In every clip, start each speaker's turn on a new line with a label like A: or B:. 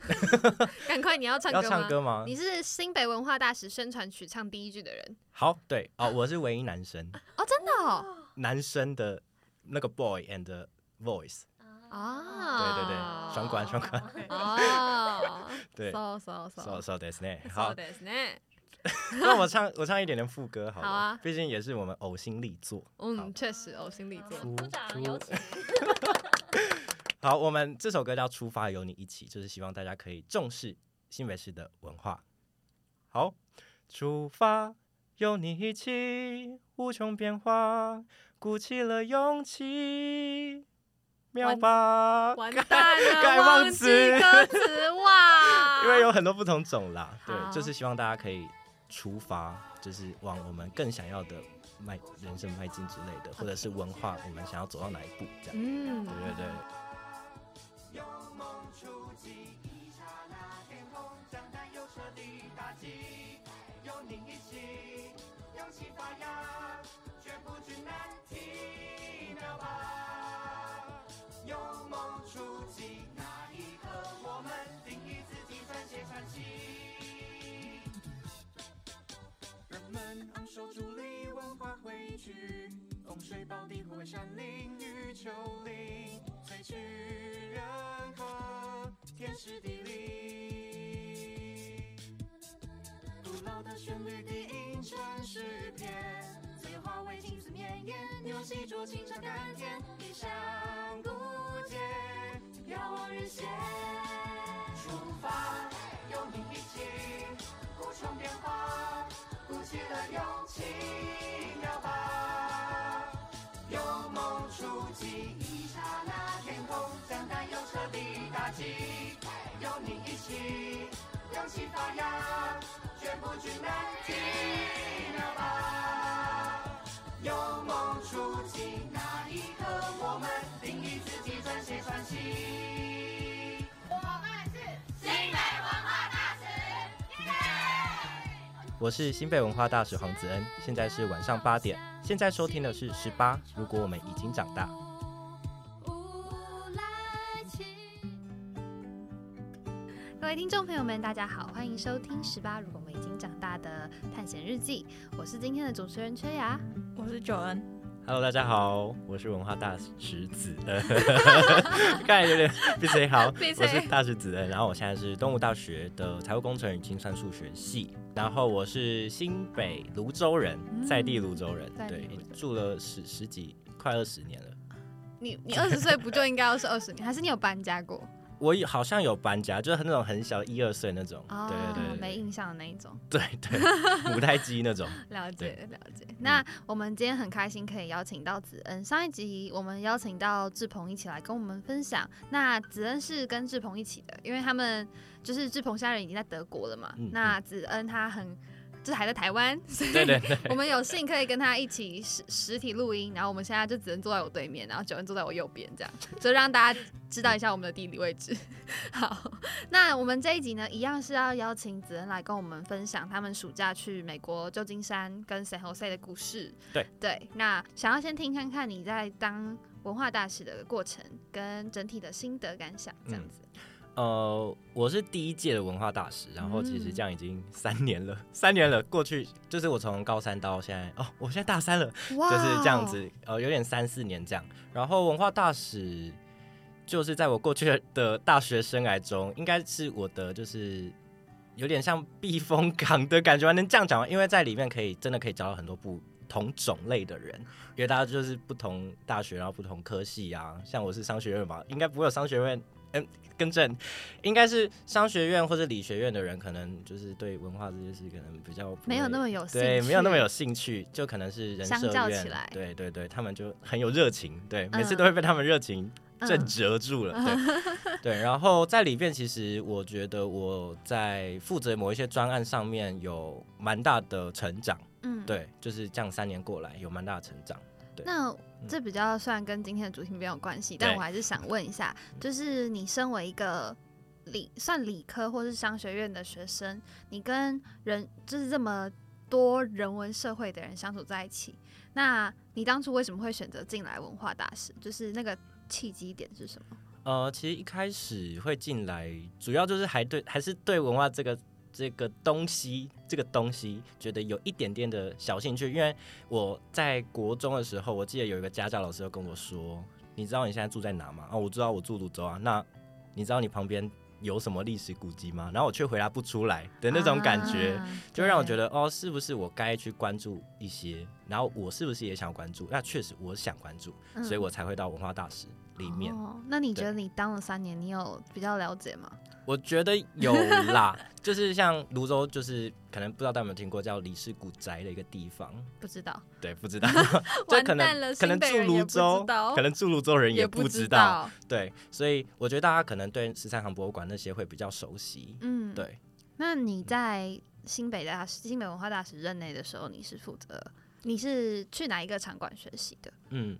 A: 赶快，你要唱
B: 要
A: 歌吗？
B: 唱歌吗？
A: 你是新北文化大使宣传曲唱第一句的人
B: 好，对，哦，我是唯一男生，
A: 哦，真的哦，
B: 男生的那个 boy and voice，对
A: 啊
B: 对对，双关双关，
A: 哦，
B: 对
A: ，so so
B: ，so
A: so
B: so that's it，
A: so
B: 好，
A: ですね，
B: 那我唱我唱一点点副歌好了，
A: 好啊
B: 毕竟也是我们呕心力作。好
A: 嗯，确实呕心
C: 力
A: 沥
C: 哦作，
A: 作，
B: 嗯
C: 鼓掌有请。
B: 好，我们这首歌叫《出发有你一起》，就是希望大家可以重视新北市的文化。好，出发有你一起，无穷变化，鼓起了勇气，妙吧！
A: 完蛋了，
B: 该忘
A: 忘记
B: 词
A: 歌词哇，
B: 因为有很多不同种啦，对，
A: 好
B: 就是希望大家可以出发，就是往我们更想要的迈人生迈进之类的，或者是文化，我们想要走到哪一步这样。
A: 嗯
B: 对，对对。
D: 人们昂首伫立，文化汇聚，风水宝地、湖北山林与丘陵，萃取人和天时地利。古老的旋律低吟成诗篇，自由化为青丝绵延，牛膝酌情唱甘甜，一山古街，遥望日斜。出发，有你一起，无穷变化，鼓起了勇气，秒吧。有梦初起，一刹那天空将担忧彻底打击。有你一起，勇气发芽，绝不惧难题，秒吧。有梦初起，那一刻我们定义自己，撰写传奇。我们是
B: 我是新
D: 新北文化大使。
B: 北文化大使黄子恩，现在是晚上八点。现在收听的是十八。如果我们已经长大，
A: 各位听众朋友们，大家好，欢迎收听十八。如果我们已经长大的探险日记，我是今天的主持人缺牙。
E: 我是九恩，
A: 嗯
B: Hello，大家好，我是文化大使 子 恩，刚才有点闭嘴好，
A: 闭
B: 我
A: 嘴
B: 是大使子恩，然后我现在是东吴大学的财务工程与精算数学系，然后我是新北泸州人，在地泸州人，
A: 嗯在地
B: 对
A: 泸，州
B: 住了十十几快二十年了。
A: 你你二十岁不就应该要是二十年？还是你有搬家过？
B: 我有好像有搬家，就是那种很小一二岁那种，
A: 哦
B: 对对
A: 没
B: 对
A: 印象的那一种。
B: 对对对，母胎鸡 那种。
A: 了解了解。
B: 嗯
A: 那我们今天很开心可以邀请到子恩。上一集我们邀请到志鹏一起来跟我们分享。那子恩是跟志鹏一起的，因为他们就是志鹏现在人已经在德国了嘛。
B: 嗯
A: 那子恩他很就是还在台湾，所以
B: 对对对，
A: 我们有幸可以跟他一起实实体录音，然后我们现在就只能坐在我对面，然后九恩坐在我右边，这样就让大家知道一下我们的地理位置。 好，那我们这一集呢，一样是要邀请子恩来跟我们分享他们暑假去美国旧金山跟 San Jose 的故事。
B: 对
A: 对，那想要先听看看你在当文化大使的过程跟整体的心得感想，这
B: 嗯
A: 样子。
B: 呃，我是第一届的文化大使，然后其实
A: 嗯
B: 这样已经三年了，三年了。过去就是我从高三到现在，哦，我现在大三了，
A: 哇
B: 就是这样。子，
A: 哦
B: 呃，有点三四年这样。然后文化大使就是在我过去的大学生涯中，应该是我的就是有点像避风港的感觉吧，能这样讲吗？因为在里面可以真的可以找到很多不同种类的人，因为大家就是不同大学，然后不同科系啊。像我是商学院吧，应该不会有商学院。嗯，更正，应该是商学院或者理学院的人，可能就是对文化这件事可能比较不
A: 哦没有
B: 会
A: 那么有兴趣，
B: 对，没有那么有兴趣，就可能是人
A: 相
B: 社
A: 较
B: 院
A: 起来
B: 对对对，他们就很有热情，对，每
A: 嗯
B: 次都会被他们热情
A: 嗯
B: 震折住了， 对对。然后在里边，其实我觉得我在负责某一些专案上面有蛮大的成长，
A: 嗯，
B: 对，就是这样三年过来有蛮大的成长。对嗯
A: 那这比较虽然跟今天的主题没有关系，但
B: 对嗯
A: 我还是想问一下，就是你身为一个理算理科或是商学院的学生，你跟人就是这么多人文社会的人相处在一起，那你当初为什么会选择进来文化大使？就是那个契机点是什么？
B: 呃，其实一开始会进来，主要就是还对还是对文化这个这个东西这个东西觉得有一点点的小兴趣，因为我在国中的时候，我记得有一个家教老师就跟我说，你知道你现在住在哪吗？啊，我知道我住泸州啊，那你知道你旁边有什么历史古迹吗？然后我却回答不出来的那种感觉。
A: 啊
B: 就让我觉
A: 对
B: 得哦，是不是我该去关注一些？然后我是不是也想关注？那确实我想关注，
A: 嗯
B: 所以我才会到文化大使里面。
A: 哦，那你觉得
B: 对
A: 你当了三年，你有比较了解吗？
B: 我觉得有 啦，就是像泸州，就是可能不知道大家有没有听过叫李氏古宅的一个地方，
A: 不知道，
B: 对，不 知道，就
A: 完
B: 可
A: 蛋了
B: 能可
A: 新
B: 能
A: 北
B: 住
A: 人也
B: 泸
A: 不知
B: 州，
A: 道
B: 可能住泸州人也不知道，
A: 道。
B: 对，所以我觉得大家可能对十三行博物馆那些会比较熟悉，
A: 嗯，。
B: 对，
A: 那你在新北大新北文化大使任内的时候，你是负责，你是去哪一个场馆学习的？
B: 嗯，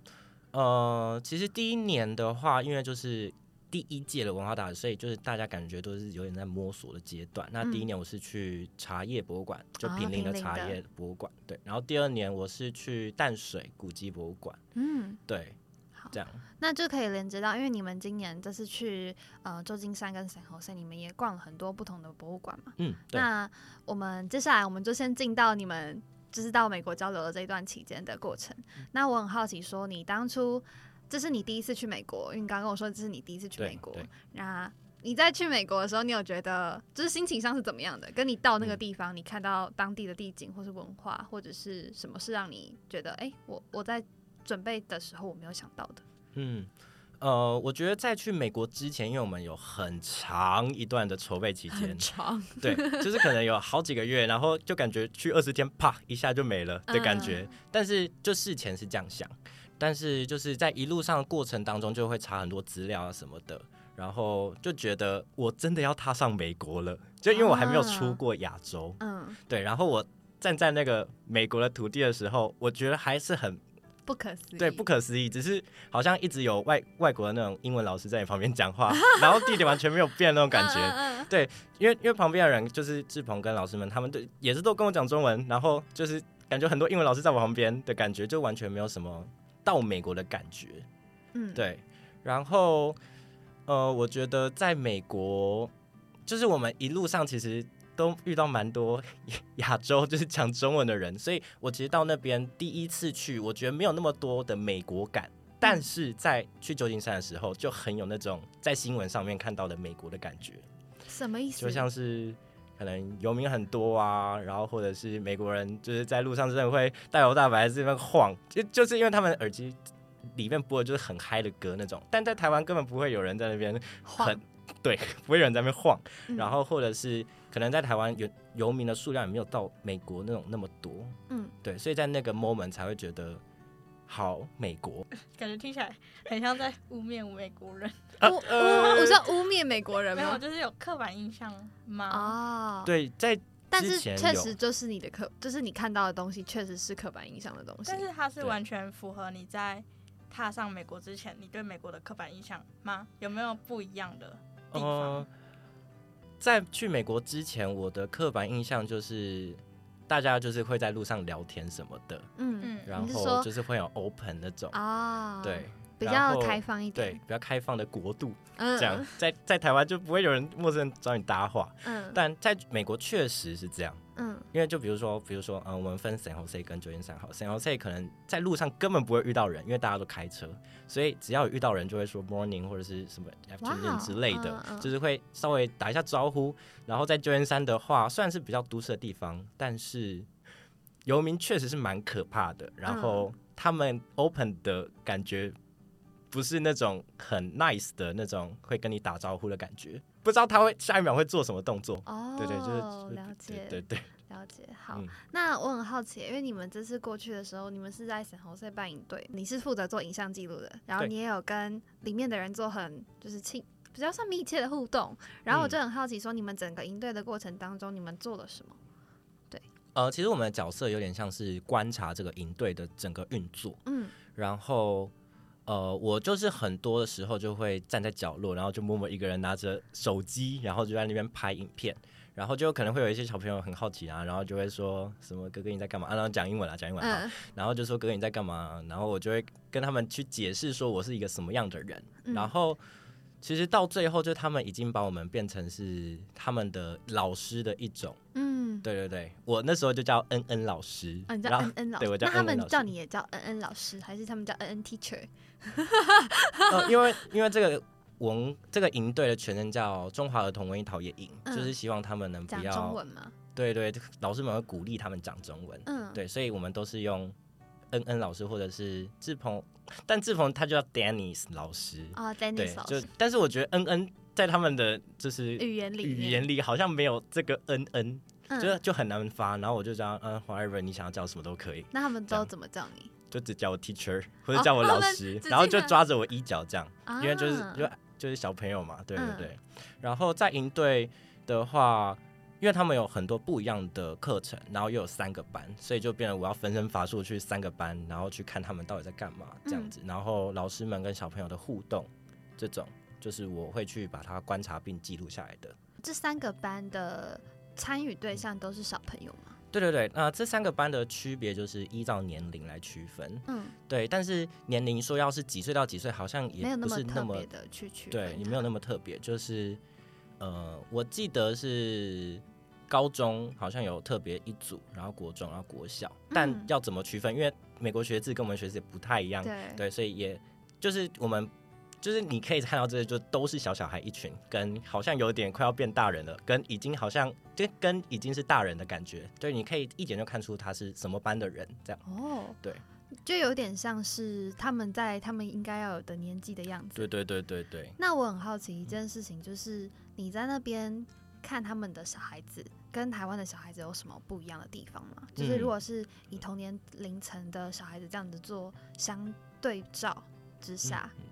B: 呃，其实第一年的话，因为就是第一届的文化大使，所以就是大家感觉都是有点在摸索的阶段。那第
A: 嗯
B: 一年我是去茶叶博物馆，就
A: 啊
B: 平
A: 平
B: 陵的
A: 陵
B: 茶
A: 的
B: 叶博物馆，对。然后第二年我是去淡水古迹博物馆，
A: 嗯，
B: 对，
A: 好，
B: 这样。
A: 那就可以连接到，因为你们今年这次去呃旧金山跟圣何塞，你们也逛了很多不同的博物馆嘛。
B: 嗯，对。
A: 那我们接下来我们就先进到你们就是到美国交流的这一段期间的过程。
B: 嗯
A: 那我很好奇，说你当初这是你第一次去美国，因为你刚刚跟我说这是你第一次去
B: 对
A: 美国
B: 对。
A: 那你在去美国的时候，你有觉得就是心情上是怎么样的？跟你到那个
B: 嗯
A: 地方，你看到当地的地景或是文化，或者是什么是让你觉得，哎、我我在准备的时候我没有想到的。
B: 嗯，呃，我觉得在去美国之前，因为我们有很长一段的筹备期间，
A: 长，
B: 对，就是可能有好几个月，然后就感觉去二十天，啪一下就没了的感觉。但是就事前是这样想，但是就是在一路上的过程当中，就会查很多资料啊什么的，然后就觉得我真的要踏上美国了，就因为我还没有出过亚洲，
A: 嗯，
B: 对，然后我站在那个美国的土地的时候，我觉得还是很
A: 不可思议，
B: 对，不可思议，只是好像一直有外外国的那种英文老师在你旁边讲话，然后地点完全没有变那种感觉。
A: 嗯嗯
B: 对，因为因为旁边的人就是志鹏跟老师们，他们对也是都跟我讲中文，然后就是感觉很多英文老师在我旁边的感觉，就完全没有什么到美国的感觉。
A: 嗯，嗯，
B: 对，然后呃，我觉得在美国，就是我们一路上其实都遇到蛮多 亚洲就是讲中文的人，所以我其实到那边第一次去，我觉得没有那么多的美国感。但是在去旧金山的时候，就很有那种在新闻上面看到的美国的感觉。
A: 什么意思？
B: 就像是可能游民很多啊，然后或者是美国人就是在路上真的会大摇大摆在这边晃，就就是因为他们耳机里面播的就是很嗨的歌那种，但在台湾根本不会有人在那边
A: 晃
B: 很对，不会有人在那边晃，
A: 嗯
B: 然后或者是可能在台湾游游民的数量也没有到美国那种那么多，
A: 嗯，
B: 对，所以在那个 moment 才会觉得好美国，
C: 感觉听起来很像在污蔑美国 人，
A: 我我我是要污蔑美国人
C: 没有，
A: 吗？
C: 就是有刻板印象吗？
A: 哦，
B: 对，在
A: 但
B: 之
A: 是
B: 前
A: 确
B: 有
A: 实就是你的刻，就是你看到的东西确实是刻板印象的东西
C: 但。是它是
B: 对
C: 完全符合你在踏上美国之前你对美国的刻板印象吗？有没有不一样的地方
B: 呃？在去美国之前，我的刻板印象就是大家就是会在路上聊天什么的，
A: 嗯
C: 嗯，
B: 然
A: 你是
B: 后
A: 说
B: 就是会有 open 那种，
A: 啊，
B: 对，，
A: 比
B: 然
A: 较
B: 后
A: 开放一
B: 对
A: 点，
B: 比较开放的国度，
A: 嗯，
B: 这样在在台湾就不会有人陌生人找你搭话，
A: 嗯，
B: 但在美国确实是这样。
A: 嗯
B: 因为就比如说，比如说，嗯，我们分 San Jose 跟旧金山好，San Jose 可能在路上根本不会遇到人，因为大家都开车，所以只要有遇到人，就会说 morning 或者是什么 afternoon 之类的
A: 嗯嗯
B: 就是会稍微打一下招呼。然后在旧金山的话，虽然是比较都市的地方，但是游民确实是蛮可怕的。然
A: 嗯
B: 后他们 open 的感觉不是那种很 nice 的那种会跟你打招呼的感觉，不知道他会下一秒会做什么动作。
A: 哦，
B: 对对，就是
A: 了解，
B: 对对对。
A: 了解。好，
B: 嗯
A: 那我很好奇，因为你们这次过去的时候，你们是在沈侯赛办影队，你是负责做影像记录的，然后
B: 对
A: 你也有跟里面的人做很就是亲比较算密切的互动，然后我
B: 嗯
A: 就很好奇说，你们整个营队的过程当中，你们做了什么？
B: 呃，其实我们的角色有点像是观察这个营队的整个运作，
A: 嗯，
B: 然后呃，我就是很多的时候就会站在角落，然后就默默一个人拿着手机，然后就在那边拍影片，然后就可能会有一些小朋友很好奇啊，然后就会说什么哥哥你在干嘛、啊？然后讲英文啊，讲英文、啊，
A: 嗯
B: 然后就说哥哥你在啊干嘛？然后我就会跟他们去解释说我是一个什么样的人，
A: 嗯
B: 然后其实到最后，就他们已经把我们变成是他们的老师的一种。
A: 嗯，
B: 对对对，我那时候就叫恩恩老师，
A: 啊，你叫
B: 然后
A: 恩恩老师，
B: 对我叫
A: 那他
B: 恩恩
A: 们
B: 老
A: 叫
B: 师
A: 你也叫恩恩老师，还是他们叫恩恩 teacher？
B: 呃，因为因为这个文这个营队的全称叫中华儿童文艺陶冶营，
A: 嗯
B: 就是希望他们能不
A: 讲中
B: 要
A: 文吗？
B: 对对，老师们会鼓励他们讲中文，
A: 嗯，，
B: 对，所以我们都是用恩恩老师或者是志鹏，但志鹏他就叫 Dennis 老师，
A: 啊
B: 对
A: ，Dennis 老，
B: 就
A: 师，
B: 但是我觉得恩恩在他们的就是
A: 语言里
B: 语
A: 面
B: 言里好像没有这个恩恩，
A: 嗯
B: 就就很难发，然后我就叫嗯 whatever 你想要叫什么都可以，
A: 那他们
B: 这
A: 都
B: 样
A: 怎么叫你？
B: 就只叫我 teacher 或者叫我老
A: 哦哦他
B: 师，
A: 们只
B: 然后就
A: 记得
B: 抓着我衣角这样。因为就是
A: 啊
B: 就就是小朋友嘛，对对
A: 嗯
B: 对。然后在营队的话，因为他们有很多不一样的课程，然后又有三个班，所以就变得我要分身乏术去三个班，然后去看他们到底在干嘛
A: 嗯
B: 这样子。然后老师们跟小朋友的互动，这种就是我会去把它观察并记录下来的。
A: 这三个班的参与对象都是小朋友吗？
B: 对对对，那这三个班的区别就是依照年龄来区分，
A: 嗯，
B: 对，但是年龄说要是几岁到几岁，好像也
A: 没有
B: 不
A: 么
B: 是
A: 特
B: 那么
A: 别的去去分它，
B: 对，也没有那么特别，就是呃，我记得是高中好像有特别一组，然后国中，然后国小，但
A: 嗯
B: 要怎么区分？因为美国学制跟我们学制也不太一样，
A: 对
B: 对，所以也就是我们。就是你可以看到，这就都是小小孩一群，跟好像有点快要变大人了，跟已经好像就跟已经是大人的感觉。对，你可以一眼就看出他是什么班的人，这样。
A: 哦，
B: 对，
A: 就有点像是他们在他们应该要有的年纪的样子。
B: 对对对对对。
A: 那我很好奇一件事情，就是你在那边看他们的小孩子跟台湾的小孩子有什么不一样的地方吗？就是如
B: 嗯
A: 果是以同年龄层的小孩子这样子做相对照之下，
B: 嗯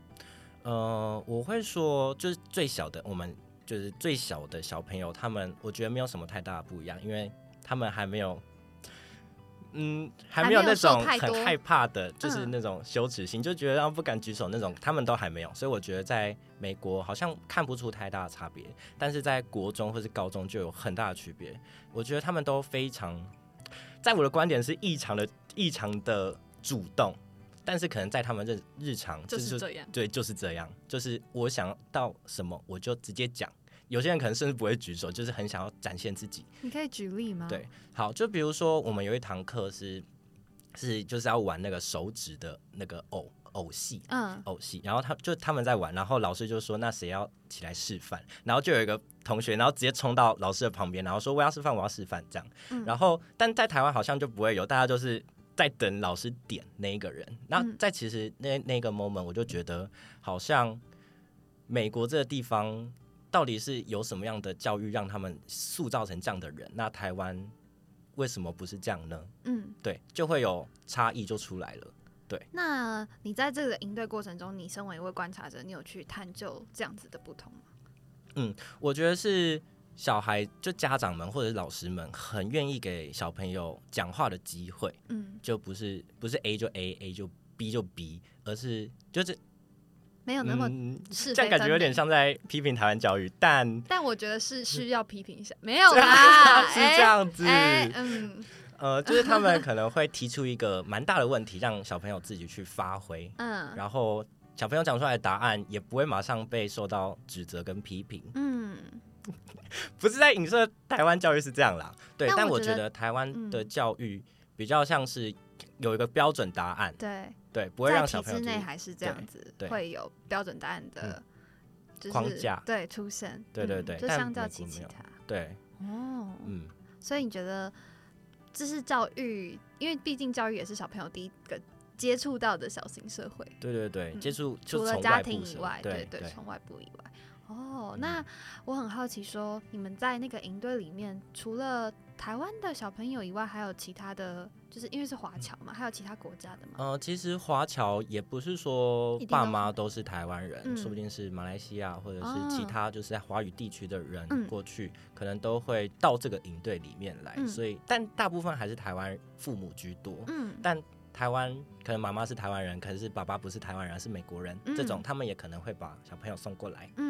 B: 呃，我会说，就是最小的，我们就是最小的小朋友，他们我觉得没有什么太大的不一样，因为他们还没有，嗯，还
A: 还
B: 没有
A: 没有
B: 那
A: 受
B: 种
A: 太多
B: 很害怕的，就是
A: 嗯
B: 那种羞耻心，就觉得啊不敢举手那种，他们都还没有，所以我觉得在美国好像看不出太大的差别，但是在国中或是高中就有很大的区别。我觉得他们都非常，在我的观点是异常的异常的主动，但是可能在他们日日常
A: 就是这样
B: 对，就是这样，就是我想到什么我就直接讲。有些人可能甚至不会举手，就是很想要展现自己。
A: 你可以举例吗？
B: 对，好，就比如说我们有一堂课是是就是要玩那个手指的那个偶偶戏，
A: 嗯，
B: 偶呃戏，然后他就他们在玩，然后老师就说那谁要起来示范，然后就有一个同学，然后直接冲到老师的旁边，然后说我要示范，我要示范这样，
A: 嗯
B: 然后但在台湾好像就不会有，大家就是在等老师点那一个人。那
A: 嗯
B: 在其实那那个 moment 我就觉得好像美国这个地方到底是有什么样的教育让他们塑造成这样的人？那台湾为什么不是这样呢？
A: 嗯，
B: 对，就会有差异就出来了。
A: 那你在这个应对过程中，你身为一位观察者，你有去探究这样子的不同吗？
B: 我觉得是小孩，就家长们或者是老师们很愿意给小朋友讲话的机会，
A: 嗯，
B: 就不是不是 A 就 A，A 就 B 就 B，而是就是
A: 没有那么
B: 嗯，
A: 是非、
B: 这样感觉有点。像在批评台湾教育，但
A: 但我觉得是需要批评一下， 没 有啦，
B: 是这样子，
A: 哎、哎嗯
B: 呃，就是他们可能会提出一个蛮大的问题，让小朋友自己去发挥，
A: 嗯
B: 然后小朋友讲出来的答案也不会马上被受到指责跟批评，
A: 嗯，
B: 不是在影射台湾教育是这样啦，对，
A: 但
B: 但
A: 我
B: 我
A: 觉
B: 觉
A: 得嗯
B: 得台湾的教育比较像是有一个标准答案，
A: 对，
B: 对，不会
A: 在
B: 让
A: 体
B: 小朋友
A: 制内
B: 自己
A: 还是这样子，
B: 对对嗯
A: 会有标准答案的，就是
B: 框架
A: 对出现，
B: 对对
A: 嗯
B: 对
A: 就
B: 但
A: 相较
B: 美
A: 起
B: 国没
A: 其
B: 有
A: 他
B: 对，
A: 哦，
B: 嗯，
A: 所以你觉得这是教育，因为毕竟教育也是小朋友第一个接触到的小型社会，
B: 对对对，
A: 嗯
B: 接触就
A: 除
B: 是
A: 了
B: 从
A: 家
B: 外
A: 庭
B: 部
A: 以
B: 什么
A: 外，
B: 对嗯
A: 对，从外部以外。哦，那我很好奇说你们在那个营队里面，除了台湾的小朋友以外，还有其他的，就是因为是华侨嘛，还有其他国家的嘛？
B: 呃，其实华侨也不是说
A: 一定
B: 爸
A: 都
B: 妈
A: 是
B: 都是台湾人，
A: 嗯
B: 说不定是马来西亚或者是其
A: 哦
B: 他就是在华语地区的人
A: 嗯
B: 过去，可能都会到这个营队里面来，
A: 嗯
B: 所以但大部分还是台湾父母居多，
A: 嗯，
B: 但台湾可能妈妈是台湾人，可是爸爸不是台湾人，是美国人，
A: 嗯
B: 这种他们也可能会把小朋友送过来，
A: 嗯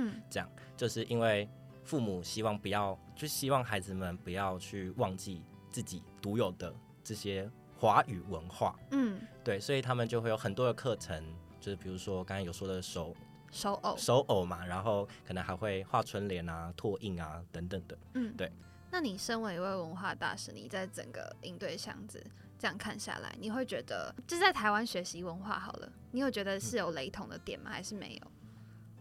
B: 就是因为父母希望不要，就希望孩子们不要去忘记自己独有的这些华语文化，
A: 嗯
B: 对，所以他们就会有很多的课程，就是比如说刚才有说的手
A: 手偶，
B: 手偶嘛，然后可能还会画春联啊、拓印啊等等的。
A: 嗯，
B: 对。
A: 那你身为一位文化大使，你在整个应对巷子这样看下来，你会觉得就是在台湾学习文化好了，你有觉得是有雷同的点吗？还是没有？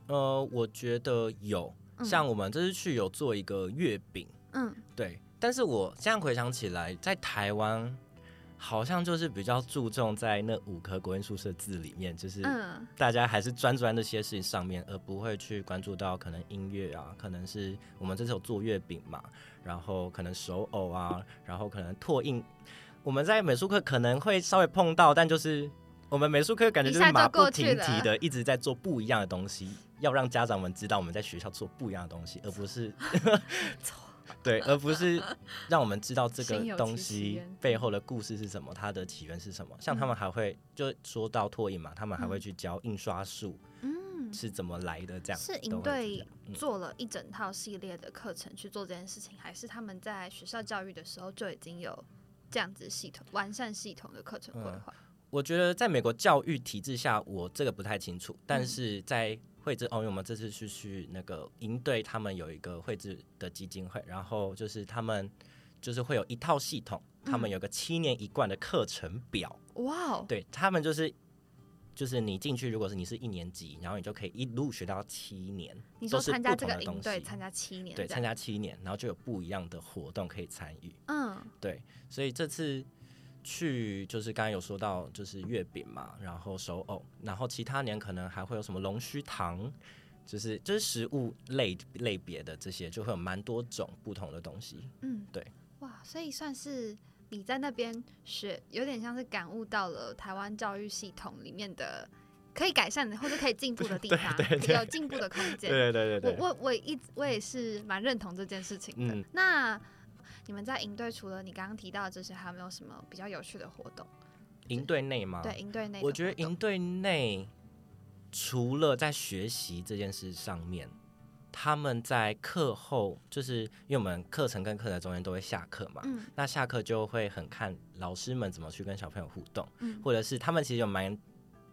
B: 呃，我觉得有，
A: 嗯
B: 像我们这次去有做一个月饼，
A: 嗯，
B: 对，但是我现在回想起来，在台湾好像就是比较注重在那五颗国音宿舍字里面，就是
A: 嗯
B: 大家还是专注在那些事情上面，而不会去关注到可能音乐啊，可能是我们这次有做月饼嘛，然后可能手偶啊，然后可能拓印，我们在美术课可能会稍微碰到，但就是我们美术课感觉就
A: 一下
B: 是
A: 就
B: 马不
A: 过去
B: 停
A: 了
B: 蹄的一直在做不一样的东西，要让家长们知道我们在学校做不一样的东西，而不是对，而不是让我们知道这
A: 心有
B: 个
A: 戚
B: 东
A: 戚
B: 西
A: 焉
B: 背后的故事是什么，它的起源是什么。像他们还会就说到拓印嘛，他们还会
A: 嗯
B: 去教印刷术
A: 嗯，
B: 是怎么来的，这样
A: 是
B: 都
A: 营
B: 会这
A: 队
B: 样嗯
A: 做了一整套系列的课程去做这件事情，还是他们在学校教育的时候就已经有这样子系统完善系统的课程规
B: 嗯
A: 划？
B: 我觉得在美国教育体制下，我这个不太清楚，
A: 嗯
B: 但是在惠智，哦，因为我们这次是去那个营队，他们有一个惠智的基金会，然后就是他们就是会有一套系统，他们
A: 嗯
B: 有个七年一贯的课程表，
A: 哇哦，
B: 对他们就是。就是你进去，如果是你是一年级，然后你就可以一路学到七年，
A: 你
B: 都
A: 说
B: 是
A: 参加
B: 不
A: 这
B: 同
A: 个
B: 的
A: 营
B: 东
A: 队
B: 西
A: 参加七年，
B: 对，参，加七年，然后就有不一样的活动可以参与。
A: 嗯
B: 对，所以这次去就是刚刚有说到，就是月饼嘛，然后手偶，然后其他年可能还会有什么龙须糖，就是就是食物类类别的这些，就会有蛮多种不同的东西。
A: 嗯，
B: 对，
A: 哇，所以算是你在那边学，有点像是感悟到了台湾教育系统里面的可以改善的或者可以进步的地方，
B: 对对
A: 有进步的空间。
B: 对对
A: 我我我一直我也是蛮认同这件事情的。
B: 嗯
A: 那你们在营队除了你刚刚提到的这些，还有没有什么比较有趣的活动？
B: 营队内吗？
A: 对，，营队内的
B: 啊我觉得
A: 活动
B: 营队内除了在学习这件事上面，他们在课后，就是因为我们课程跟课程中间都会下课嘛，
A: 嗯
B: 那下课就会很看老师们怎么去跟小朋友互动，
A: 嗯，
B: 或者是他们其实有蛮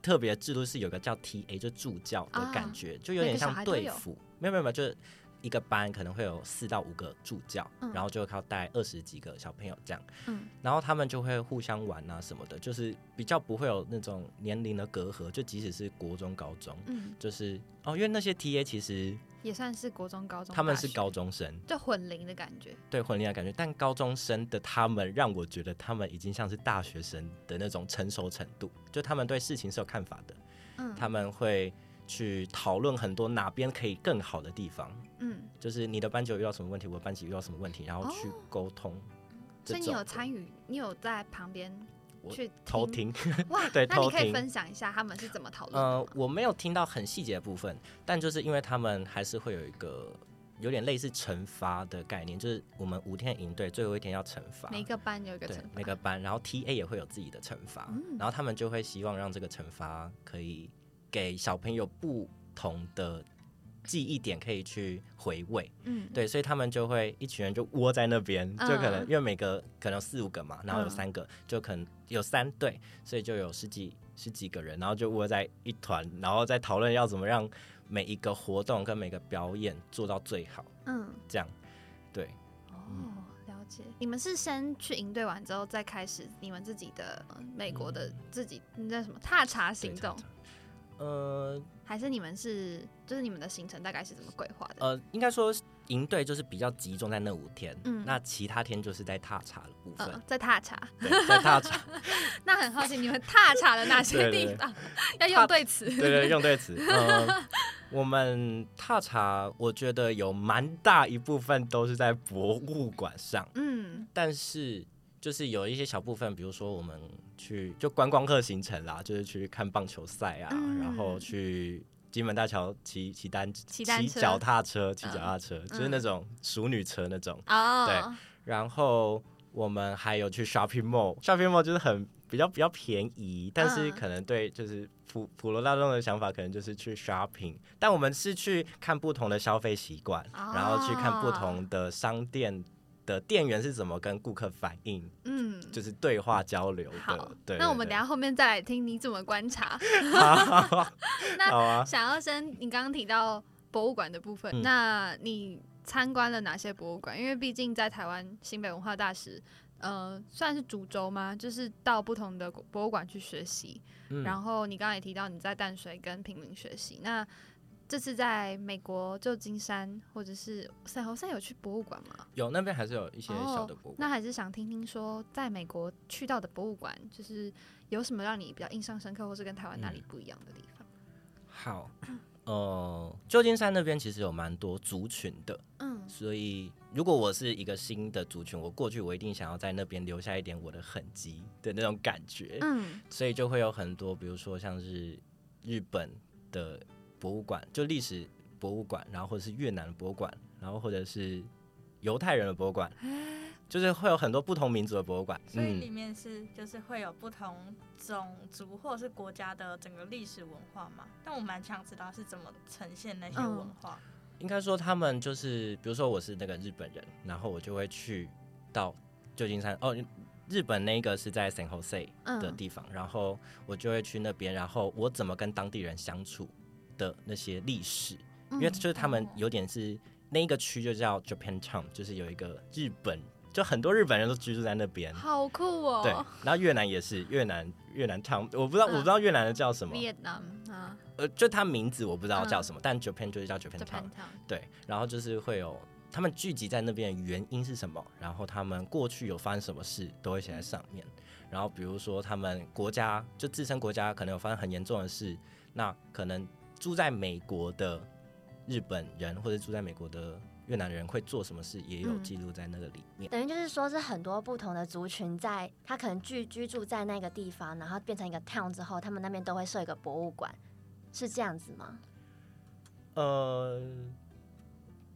B: 特别的制度，是有个叫 TA 就助教的感觉，就有点
A: 啊每个小
B: 像
A: 孩都有
B: 队服，没有没有没有，就是一个班可能会有四到五个助教，
A: 嗯
B: 然后就靠带二十几个小朋友这样，
A: 嗯
B: 然后他们就会互相玩啊什么的，就是比较不会有那种年龄的隔阂，就即使是国中高中，
A: 嗯，
B: 就是哦，因为那些 TA 其实
A: 也算是国中、高中，
B: 他们
A: 大
B: 是
A: 学
B: 高中生，
A: 就混龄的感觉。
B: 对混龄的感觉，但高中生的他们让我觉得他们已经像是大学生的那种成熟程度，就他们对事情是有看法的，
A: 嗯
B: 他们会去讨论很多哪边可以更好的地方，
A: 嗯，
B: 就是你的班级有遇到什么问题，我的班级遇到什么问题，然后去
A: 哦
B: 沟通这
A: 所以
B: 种的。
A: 你有参与，你有在旁边
B: 我
A: 去
B: 偷听？
A: 哇？
B: 对
A: 那你
B: 偷
A: 可以
B: 听
A: 分享一下他们是怎么讨论的
B: 呃
A: 吗？，
B: 我没有听到很细节的部分，但就是因为他们还是会有一个有点类似惩罚的概念，就是我们五天营队最后一天要惩罚，
A: 每一个班有一个
B: 对
A: 惩罚，
B: 每个班，然后 TA 也会有自己的惩罚，然后他们就会希望让这个惩罚可以给小朋友不同的记忆点可以去回味，
A: 嗯，
B: 对，所以他们就会一群人就窝在那边，就可能
A: 嗯
B: 因为每个可能有四五个嘛，然后有
A: 嗯
B: 三个，就可能有三对，所以就有十几十几个人，然后就窝在一团，然后再讨论要怎么让每一个活动跟每个表演做到最好，
A: 嗯。
B: 这样，对，
A: 哦，
B: 嗯
A: 了解。你们是先去营队完之后，再开始你们自己的、呃美国的自己那叫什么踏查行
B: 嗯对
A: 动，，
B: 呃
A: 还是你们是就是你们的行程大概是怎么规划的？
B: 呃，应该说营队就是比较集中在那五天，
A: 嗯
B: 那其他天就是在踏查的部分，
A: 呃，在踏查，
B: 对，在踏查，
A: 那很好奇你们踏查了哪些
B: 对对
A: 地
B: 对
A: 方？要用对词。
B: 对对，用对词。呃，我们踏查，我觉得有蛮大一部分都是在博物馆上，
A: 嗯
B: 但是就是有一些小部分，比如说我们去就观光客行程啦，就是去看棒球赛啊，
A: 嗯
B: 然后去。金门大桥骑骑单
A: 骑单车
B: 脚踏车，骑脚踏车、就是那
A: 嗯
B: 种熟女车那种。
A: 哦，
B: 然后我们还有去 shopping mall，shopping mall 就是很比较比较便宜，但是
A: 嗯
B: 可能对就是普普罗大众的想法可能就是去 shopping，
A: 啊
B: 但
A: 哦
B: 我们是去看不同的消费习惯，然后去看不同的商店的店员是怎么跟顾客反应，
A: 嗯，
B: 就是对话交流的。
A: 好
B: 对，
A: 那我们
B: 对
A: 等一下后面再来听你怎么观察。
B: 对好 啊，
A: 想要先，你刚刚提到博物馆的部分，
B: 嗯
A: 那你参观了哪些博物馆？因为毕竟在台湾新北文化大使，呃，算是主轴吗？就是到不同的博物馆去学习。
B: 嗯
A: 然后你刚刚也提到你在淡水跟平民学习，那这次在美国旧金山或者是赛后赛有去博物馆吗？
B: 有那边还是有一些小的博物馆。
A: 哦那还是想听听说，在美国去到的博物馆，就是有什么让你比较印象深刻，或是跟台湾哪里
B: 嗯
A: 不一样的地方？
B: 好，呃，旧金山那边其实有蛮多族群的，
A: 嗯
B: 所以如果我是一个新的族群，我过去我一定想要在那边留下一点我的痕迹的那种感觉，
A: 嗯
B: 所以就会有很多，比如说像是日本的博物馆，就历史博物馆，然后或者是越南的博物馆，然后或者是犹太人的博物馆，就是会有很多不同民族的博物馆。
C: 啊
B: 嗯
C: 所以里面是就是会有不同种族或是国家的整个历史文化嘛。但我蛮想知道是怎么呈现那些
A: 嗯
C: 文化。
B: 应该说他们就是，比如说我是那个日本人，然后我就会去到旧金山哦，日本那个是在 San Jose 的
A: 嗯
B: 地方，然后我就会去那边，然后我怎么跟当地人相处的那些历史，
A: 嗯
B: 因为就是他
A: 哦
B: 们有点是那一个区就叫 Japan Town，就是有一个日本，就很多日本人都居住在那边。
A: 好酷哦！
B: 对，然后越南也是越南越南 town，我不知道、
A: 嗯
B: 我不知道越南的叫什么，
A: ，Vietnam 啊
B: 呃，就它名字我不知道叫
A: 嗯
B: 什么，但 Japan 就是叫 Japan Town
A: ，Japan。Town，
B: 对，然后就是会有他们聚集在那边的原因是什么，然后他们过去有发生什么事，都会写在上面。然后比如说他们国家就自身国家可能有发生很严重的事，那可能住在美国的日本人或者住在美国的越南人会做什么事，也有
A: 嗯
B: 记录在那个里面。
E: 等于就是说是很多不同的族群在，他可能居居住在那个地方，然后变成一个 town 之后，他们那边都会设一个博物馆，是这样子吗？
B: 呃，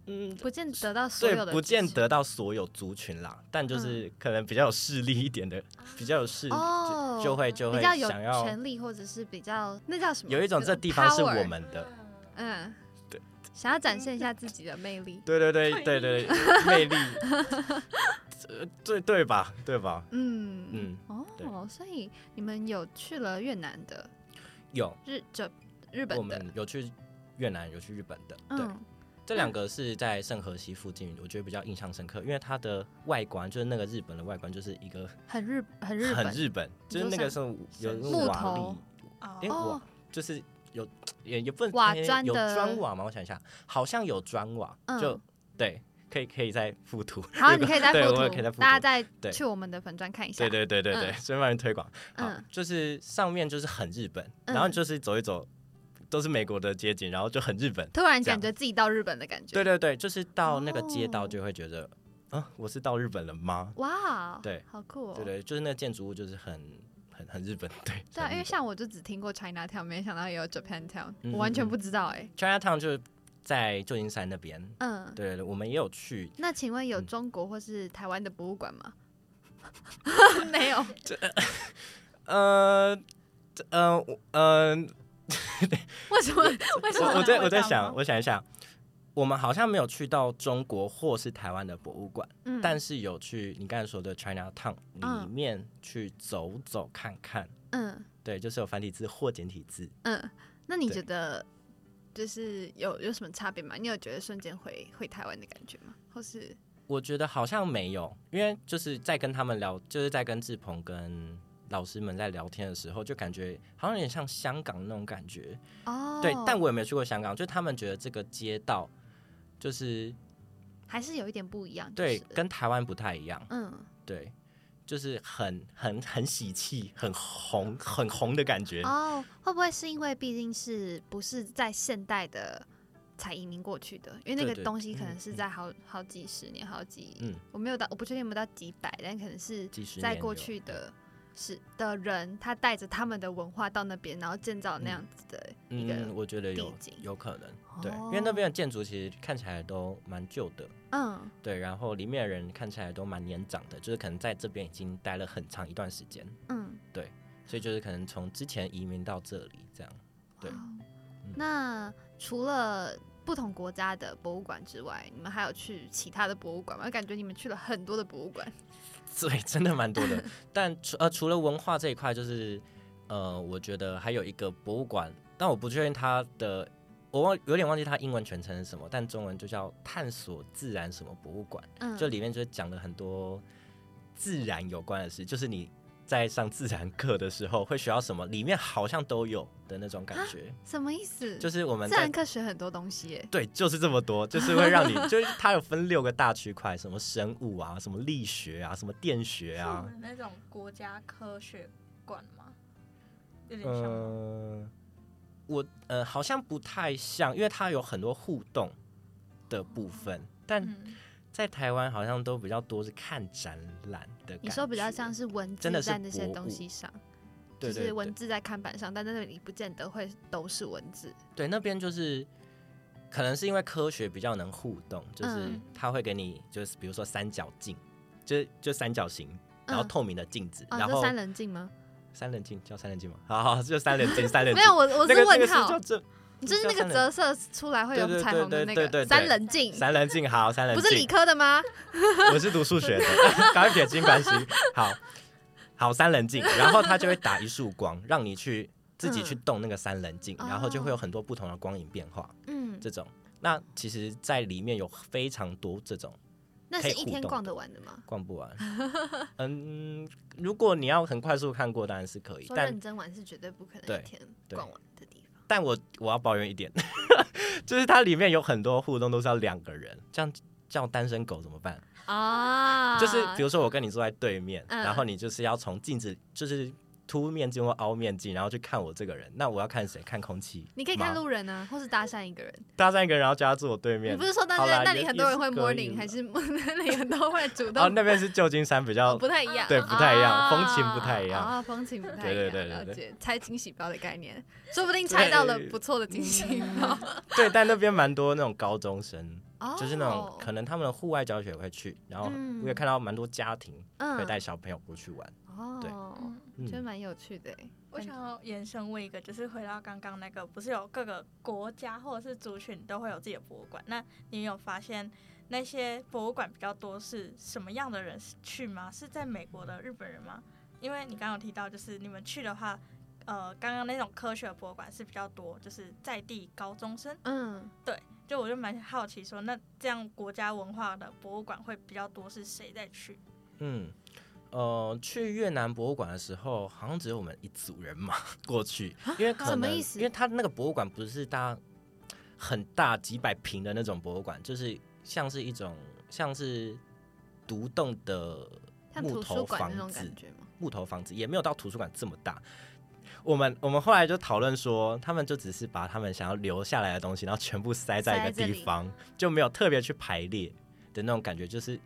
B: 嗯，
A: 不见得到所
B: 对
A: 有，的，嗯
B: 不见。得到所有族群啦，但就是可能比较有势力一点的，比较有势力
A: 哦
B: 就就会就
A: 比
B: 会
A: 较有
B: 想要
A: 权利，或者是比较那叫什么？
B: 有一种
A: 那
B: 这地方是我
A: power，
B: 们的，
A: 嗯，
B: 对，
A: 想要展现一下自己的魅力。
B: 对对对对 对，对魅力， 呃对对吧？对吧？
A: 嗯
B: 嗯，
A: 哦，所以你们有去了越南的、
B: 有，
A: 日这日
B: 我
A: 本的，
B: 们有去越南，有去日本的，对，
A: 嗯
B: 这两个是在圣河西附近，我觉得比较印象深刻，因为它的外观就是那个日本的外观，就是一个
A: 很日很日
B: 很
A: 本
B: 日本，
A: 你
B: 就
A: 说
B: 是那个是
C: 像
B: 有
C: 像
B: 那
A: 木
B: 种瓦
A: 头
B: 砾，
C: 哦
B: 因为
A: 哦
B: 瓦就是有也也不能
A: 瓦
B: 哎
A: 砖
B: 有
A: 的
B: 砖瓦吗？我想一下，好像有砖瓦，
A: 嗯
B: 就对，可以可以再附图，
A: 好，
B: 有
A: 你
B: 个
A: 可以再
B: 对
A: 附
B: 我们可以再
A: 图，
B: 附
A: 大家
B: 图
A: 再
B: 对
A: 去我们的粉砖看一下。
B: 对对对对对，
A: 嗯
B: 专门推广。好
A: 嗯，
B: 就是上面就是很日本，
A: 嗯
B: 然后就是走一走，都是美国的街景，然后就很日本。
A: 突然
B: 这
A: 感
B: 样
A: 觉自己到日本的感觉。
B: 对对对，就是到那个街道
A: 哦
B: 就会觉得，啊，我是到日本了吗？
A: 哇，
B: 对，
A: 好哦酷哦。
B: 对对，就是那个建筑物就是很很很日本， 对。
A: 对啊，
B: 很
A: 因为
B: 日
A: 像我就只听过 China Town，没想到也有 Japan Town，、
B: 嗯
A: 我完全不知道哎、
B: 本 Chinatown 就是在旧金山那边，
A: 嗯，
B: 对对对，我们也有去，
A: 那请问有
B: 嗯
A: 中国或是台湾的博物馆吗？ 没有，
B: 呃呃我呃，
A: 为什么？为什
B: 我
A: 么
B: 我
C: 呢？
B: 在
C: 会
B: 我在
C: 这样
B: 想，
C: 吗
B: 我想一想，我们好像没有去到中国或是台湾的博物馆。
A: 嗯
B: 但是有去你刚才说的 China Town 里
A: 嗯
B: 面去走走看看，
A: 嗯
B: 对，就是有繁体字或简体字。
A: 嗯，那你
B: 对
A: 觉得就是有有什么差别吗？你有觉得瞬间回回台湾的感觉吗？或是
B: 我觉得好像没有，因为就是在跟他们聊，就是在跟志鹏跟老师们在聊天的时候，就感觉好像有点像香港那种感觉。
A: 哦，
B: 对，但我也没有去过香港，就他们觉得这个街道就是
A: 还是有一点不一样。
B: 对
A: 就是、
B: 跟台湾不太一样，
A: 嗯
B: 对，就是很很很喜气、很红、很红的感觉。
A: 哦，会不会是因为毕竟是不是在现代的才移民过去的？因为那
B: 对
A: 个
B: 对
A: 东西可
B: 嗯
A: 能是
B: 嗯
A: 在好好几十年、好几，
B: 嗯
A: 我没有到，我不确定有没有到几百，但可能是
B: 几十
A: 在
B: 年
A: 过
B: 有嗯
A: 去的是的人，他带着他们的文化到那边，然后建造
B: 嗯
A: 那样子的一个，
B: 嗯，我觉得有
A: 地景
B: 有可能，对，
A: 哦
B: 因为那边的建筑其实看起来都蛮旧的，
A: 嗯
B: 对，然后里面的人看起来都蛮年长的，就是可能在这边已经待了很长一段时间，
A: 嗯，
B: 所以就是可能 嗯从之前移民到这里这样。对
A: 哇哦那除了不同国家的博物馆之外，你们还有去其他的博物馆吗？我感觉你们去了很多的博物馆。
B: 对，真的蛮多 的。但除呃除了文化这一块，就是呃，我觉得还有一个博物馆，但我不确定它的，我忘有点忘记它英文全称是什么，但中文就叫探索自然什么博物馆，
A: 嗯，
B: 就里面就讲了很多自然有关的事，就是你。在上自然课的时候会学到什么？里面好像都有的那种感觉，
A: 嗯什么意思？
B: 就是我们
A: 啊自
B: 在
A: 然课学很多东西耶。
B: 对，就是这么多，就是会让你，就是它有分六个大区块，什么生物啊，什么力学啊，什么电学
C: 是我
B: 啊，
C: 哦们那种国家科学馆吗？有点像吗，
B: 嗯、我呃好像不太像，因为它有很多互动的部分，但
C: 嗯，
B: 在台湾好像都比较多是看展览的感
A: 你
B: 觉。
A: 说比较像是文字
B: 真的是
A: 在那些
B: 博物
A: 东西上，
B: 对
A: 就
B: 对
A: 是文
B: 对
A: 字在看板上，但在那里不见得会都是文字。
B: 对，那边就是。可能是因为科学比较能互动，就是
A: 嗯
B: 它会给你，就是比如说三角镜，就就三角形，然后
A: 嗯
B: 透明的镜子，
A: 啊，
B: 然
A: 这
B: 后
A: 三棱镜吗？
B: 三棱镜叫三棱镜吗？好好，就三棱镜，三棱镜。
A: 没有，我我
B: 那
A: 是
B: 个那
A: 问
B: 个是
A: 号
B: 叫，这
A: 你就是那
B: 叫
A: 个折射出来会有
B: 对对
A: 彩虹的
B: 对
A: 那
B: 对对
A: 个
B: 对
A: 三棱镜，
B: 三棱镜，好，三棱
A: 不
B: 镜。
A: 是理科的吗？
B: 我是读数学的， 赶快撇清关系。好好，三棱镜，然后它就会打一束光，让你去自己去动那个三棱镜，
A: 嗯
B: 然后就会有很多不同的光影变化。
A: 嗯，
B: 这种，那其实在里面有非常多这种。
A: 那
B: 可
A: 是
B: 以
A: 一
B: 互
A: 天
B: 动
A: 逛得完的吗？
B: 逛不完， 嗯，如果你要很快速看过，当然是可以，
A: 说
B: 但
A: 认真玩是绝对不可能
B: 对
A: 一天
B: 对
A: 逛完的地方。
B: 但我我要抱怨一点， 就是它里面有很多互动都是要两个人，这样叫单身狗怎么办？
A: 啊
B: 就是比如说我跟你坐在对面，
A: 嗯
B: 然后你就是要从镜子就是凸面镜或凹面镜，然后去看我这个人，那我要看谁？看空气吗？
A: 你可以看路人啊，或是搭讪一个人。
B: 搭讪一个人，然后叫他坐我对面。
A: 你不是说那
B: 好啦
A: 边那里
B: 也
A: 很多人会摸
B: 也
A: 你，
B: 是可以
A: 还是 那里很多会主
B: 哦，
A: 动？
B: 那边是旧金山比较
A: 哦不太一样，
B: 对不太一样
A: 啊
B: 风情不太一样
A: 啊，风情不太一样。
B: 对对对对对
A: 了解，猜惊喜包的概念，说不定猜到了
B: 对
A: 不错的惊喜包。
B: 对，但那边蛮多那种高中生，
A: 哦
B: 就是那种可能他们的户外教学会去，然后
A: 嗯
B: 我也看到蛮多家庭会
A: 嗯
B: 带小朋友过去玩。对
A: 哦，
C: 嗯
A: 觉得
B: 嗯，
A: 蛮有趣的欸。
C: 我想要延伸问一个，就是回到刚刚那个，不是有各个国家或者是族群都会有自己的博物馆？那你有发现那些博物馆比较多是什么样的人去吗？是在美国的日本人吗？因为你刚刚有提到，就是你们去的话，呃，刚刚那种科学博物馆是比较多，就是在地高中生。
A: 嗯，
C: 就我就蛮好奇说，那这样国家文化的博物馆会比较多是谁在去？
B: 嗯，呃，去越南博物馆的时候，好像只有我们一组人嘛 过去，因为可能
A: 啊什么意思
B: 因为它那个博物馆不是大很大几百平的那种博物馆，就是像是一种像是独栋的
A: 像
B: 木
A: 图书
B: 头
A: 馆那
B: 房
A: 种
B: 子
A: 感，觉吗？
B: 木头房子也没有到图书馆这么大。我们我们后来就讨论说，他们就只是把他们想要留下来的东西，然后全部塞在一
A: 塞在
B: 个
A: 这
B: 地
A: 里
B: 方，就没有特别去排列的那种感觉，就是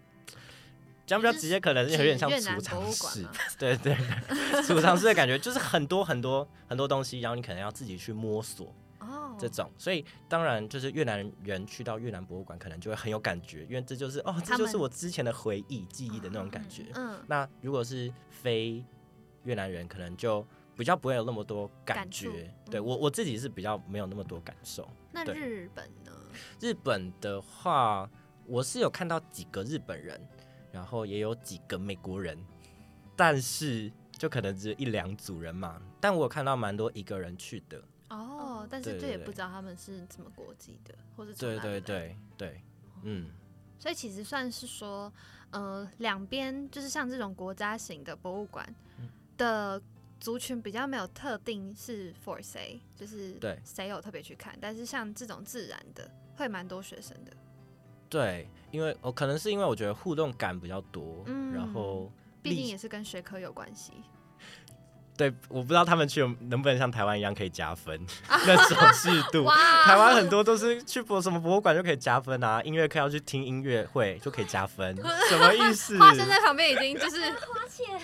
B: 讲比较
A: 就是
B: 直接，可能
A: 指
B: 有点像
A: 越
B: 储
A: 南博
B: 藏
A: 物馆
B: 室
A: 吗，
B: 对对，储藏室的感觉就是很多很多很多东西，然后你可能要自己去摸索
A: 哦，
B: 这种，所以当然就是越南人去到越南博物馆，可能就会很有感觉，因为这就是哦，这
A: 他
B: 就是
A: 们
B: 我之前的回忆记忆的那种感觉。
A: 嗯，
B: 那如果是非越南人，可能就比较不会有那么多感
A: 感
B: 觉。
A: 触
B: 对
A: 嗯
B: 我我自己是比较没有那么多感受。
A: 那
B: 对
A: 日本呢？
B: 日本的话，我是有看到几个日本人，然后也有几个美国人，但是就可能只有一两组人嘛。但我有看到蛮多一个人去的。
A: 哦，但是
B: 对
A: 这
B: 对
A: 也
B: 对
A: 不知道他们是什么国籍的，或是从
B: 对
A: 哪里
B: 对
A: 来的
B: 对对，嗯，
A: 所以其实算是说，呃，两边就是像这种国家型的博物馆
B: 嗯
A: 的族群比较没有特定是 for 谁，就是
B: 对
A: 谁有特别去看，但是像这种自然的会蛮多学生的，
B: 对，因为我可能是因为我觉得互动感比较多，
A: 嗯
B: 然后
A: 毕
B: 历
A: 竟
B: 史
A: 也是跟学科有关系。
B: 对，我不知道他们去有能不能像台湾一样可以加 分那种制度。
A: 哇
B: 嗯台湾很多都是去博什么博物馆就可以加分啊，音乐课要去听音乐会就可以加分，什么意思？
A: 花生在旁边已经就是
E: 花钱，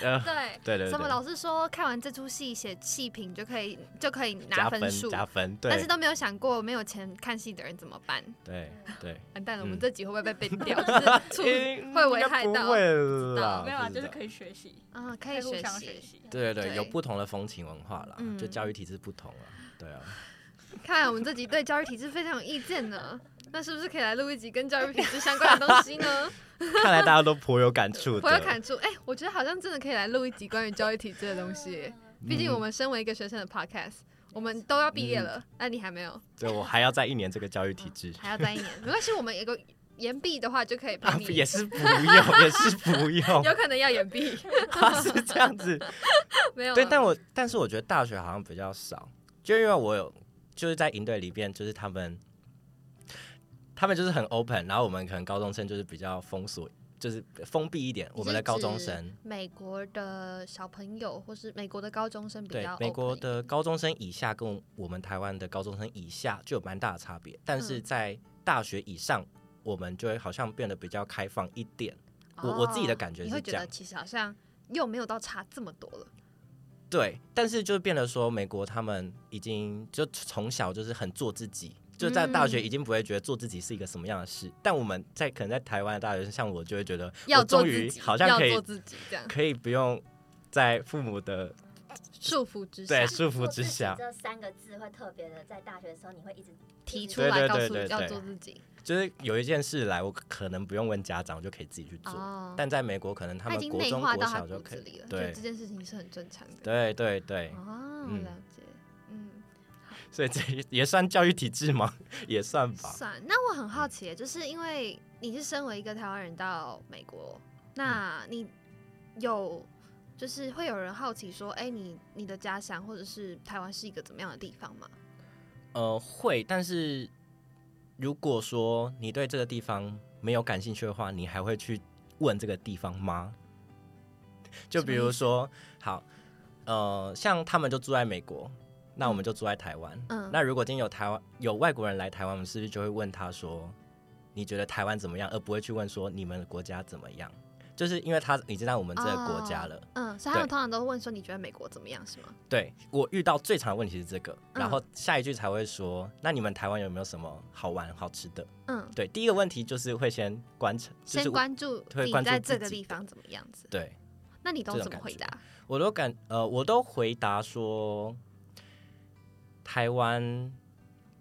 B: 呃，
A: 对。
B: 对对对
A: 什么老师说看完这出戏写戏评就可以就可以拿
B: 加分
A: 数，
B: 加分，
A: 但是
B: 对
A: 都没有想过没有钱看戏的人怎么办？
B: 对 对，
A: 完蛋了，我们
B: 嗯
A: 这集会不会被 ban 掉？就是出会危害
B: 应该
A: 到
B: 不会
A: 知
B: 啦
A: 道，
C: 没有啊，就是
B: 以。
C: 可以学习，
A: 啊，可
C: 可
A: 以
C: 以互
A: 学
C: 相
A: 习
C: 习。
B: 对对
A: 对
B: 对，有不同的风情文化啦，
A: 嗯
B: 就教育体制不同了，对啊，
A: 看我们这集对教育体制非常有意见呢。 那是不是可以来录一集跟教育体制相关的东西 呢？
B: 看来大家都颇有感触的。
A: 我有感触，哎、我觉得好像真的可以来录一集关于教育体制的东西耶。毕
B: 嗯
A: 竟我们身为一个学生的 podcast，我们都要毕业了，
B: 嗯
A: 那、你还没有，
B: 对我还要在一年这个教育体制，
A: 还要再一年，没关系，我们有个延毕的话就可以帮你，
B: 啊也是不用，也是不用，
A: 有可能要延 毕，
B: 啊是这样子。
A: 没有啊。
B: 对，但我但是我觉得大学好像比较少，就因为我有就是在营队里边，就是他们他们就是很 open，然后我们可能高中生就是比较封锁，就是封闭一点。我们的高中生，
A: 美国的小朋友或是美国的高中生比
B: 对
A: 较 open，
B: 美国的高中生以下跟我们台湾的高中生以下就有蛮大的差别，但是
A: 嗯
B: 在大学以上，我们就会好像变得比较开放一点。我我自己的
A: 哦
B: 感觉
A: 你
B: 是
A: 会
B: 这
A: 觉
B: 样
A: 得其实好像又没有到差这么多了。
B: 对，但是就变得说，美国他们已经就从小就是很做自己，就在大学
A: 嗯
B: 已经不会觉得做自己是一个什么样的事。但我们在可能在台湾的大学生，像我就会觉得，
A: 要
B: 我
A: 做
B: 终
A: 自
B: 于
A: 己，
B: 好像
A: 要
B: 可
A: 做
B: 以
A: 自己这样
B: 可以不用在父母的
A: 束缚之下
B: 对束缚之下，
E: 这三个字会特别的，在大学的时候你会一直
A: 提出
B: 对
A: 来
B: 对
A: 告
B: 对
A: 诉
B: 对
A: 要
B: 对
A: 做自己
B: 就是有一件事来，我可能不用问家长，我就可以自己去做。
A: 哦，
B: 但在美国，可能他
A: 他已
B: 们
A: 经
B: 国
A: 内
B: 中、
A: 化
B: 国
A: 到他
B: 小就
A: 骨
B: 可
A: 子里
B: 以
A: 了，，就
B: 对
A: 这件事情是很正常的。
B: 对对对，
A: 哦，
B: 嗯
A: 了解，嗯，
B: 所以这也算教育体制吗？ 也算吧。
A: 算。那我很好奇耶，就是因为你是身为一个台湾人到美国，
B: 嗯
A: 那你有就是会有人好奇说，哎、你你的家乡或者是台湾是一个怎么样的地方吗？
B: 呃，会，但是如果说你对这个地方没有感兴趣的话，你还会去问这个地方吗？就
A: 什么
B: 比
A: 意
B: 如
A: 思
B: 说，好，呃，像他们就住在美国，那我们就住在台湾。
A: 嗯
B: 那如果今天有台湾有外国人来台湾，我们是不是就会问他说，你觉得台湾怎么样，而不会去问说你们的国家怎么样？就是因为他已经在我们这个国家
A: 哦
B: 了。
A: 嗯，所以他们
B: 对
A: 通常都会问说，你觉得美国怎么样，是吗？
B: 对我遇到最常的问题是这个，
A: 嗯
B: 然后下一句才会说，那你们台湾有没有什么好玩好吃的？
A: 嗯，
B: 对，第一个问题就是会先观察，就
A: 先
B: 是我
A: 关注
B: 会
A: 你
B: 关注
A: 在这
B: 自
A: 个
B: 己
A: 地
B: 的
A: 方怎么样子。
B: 对
A: 那你都
B: 这种
A: 怎么
B: 感
A: 回
B: 觉
A: 答？
B: 我都感呃，我都回答说，台湾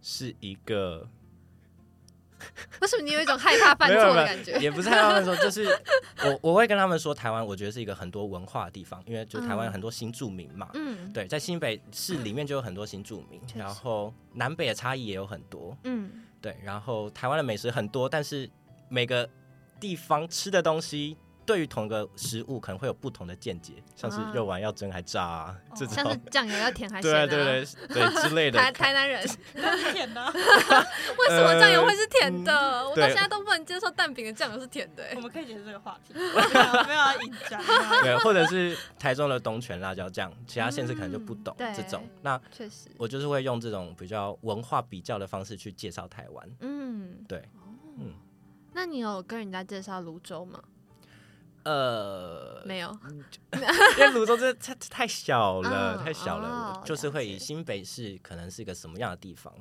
B: 是一个
A: 为什么你有一种害怕犯
B: 没有
A: 错
B: 没
A: 的
B: 有
A: 感觉？
B: 也不是跟他们说， 就是我我会跟他们说，台湾我觉得是一个很多文化的地方，因为就台湾有很多新住民嘛，
A: 嗯
B: 对，在新北市里面就有很多新住民，
A: 确
B: 然
A: 实
B: 后南北的差异也有很多，
A: 嗯，
B: 对，然后台湾的美食很多，但是每个地方吃的东西对于同一个食物可能会有不同的见解，像是
A: 啊
B: 肉丸要蒸还炸、啊
C: 哦
B: 这种，
A: 像是酱油要甜还是咸、啊？
B: 对对对对啊之类的。
A: 台台南人
C: 但是甜的啊，
A: 为什么酱油会是甜的？我到
B: 呃对
A: 现在都不能接受蛋饼的酱油是甜的、欸
C: 我。们可以结束这个话题， 没有要引战。
B: 对，或者是台中的东泉辣椒酱，其他县市可能就不懂、
A: 嗯对
B: 这种。那
A: 确实，
B: 我就是会用这种比较文化比较的方式去介绍台湾。
A: 嗯，
B: 对，嗯，
A: 那你有跟人家介绍泸州吗？
B: 呃，
A: 没有，
B: 因为泸州这太太小了，
A: 嗯
B: 太小了，
A: 哦
B: 我就是会
A: 了
B: 以
A: 解
B: 新北市可能是一个什么样的地方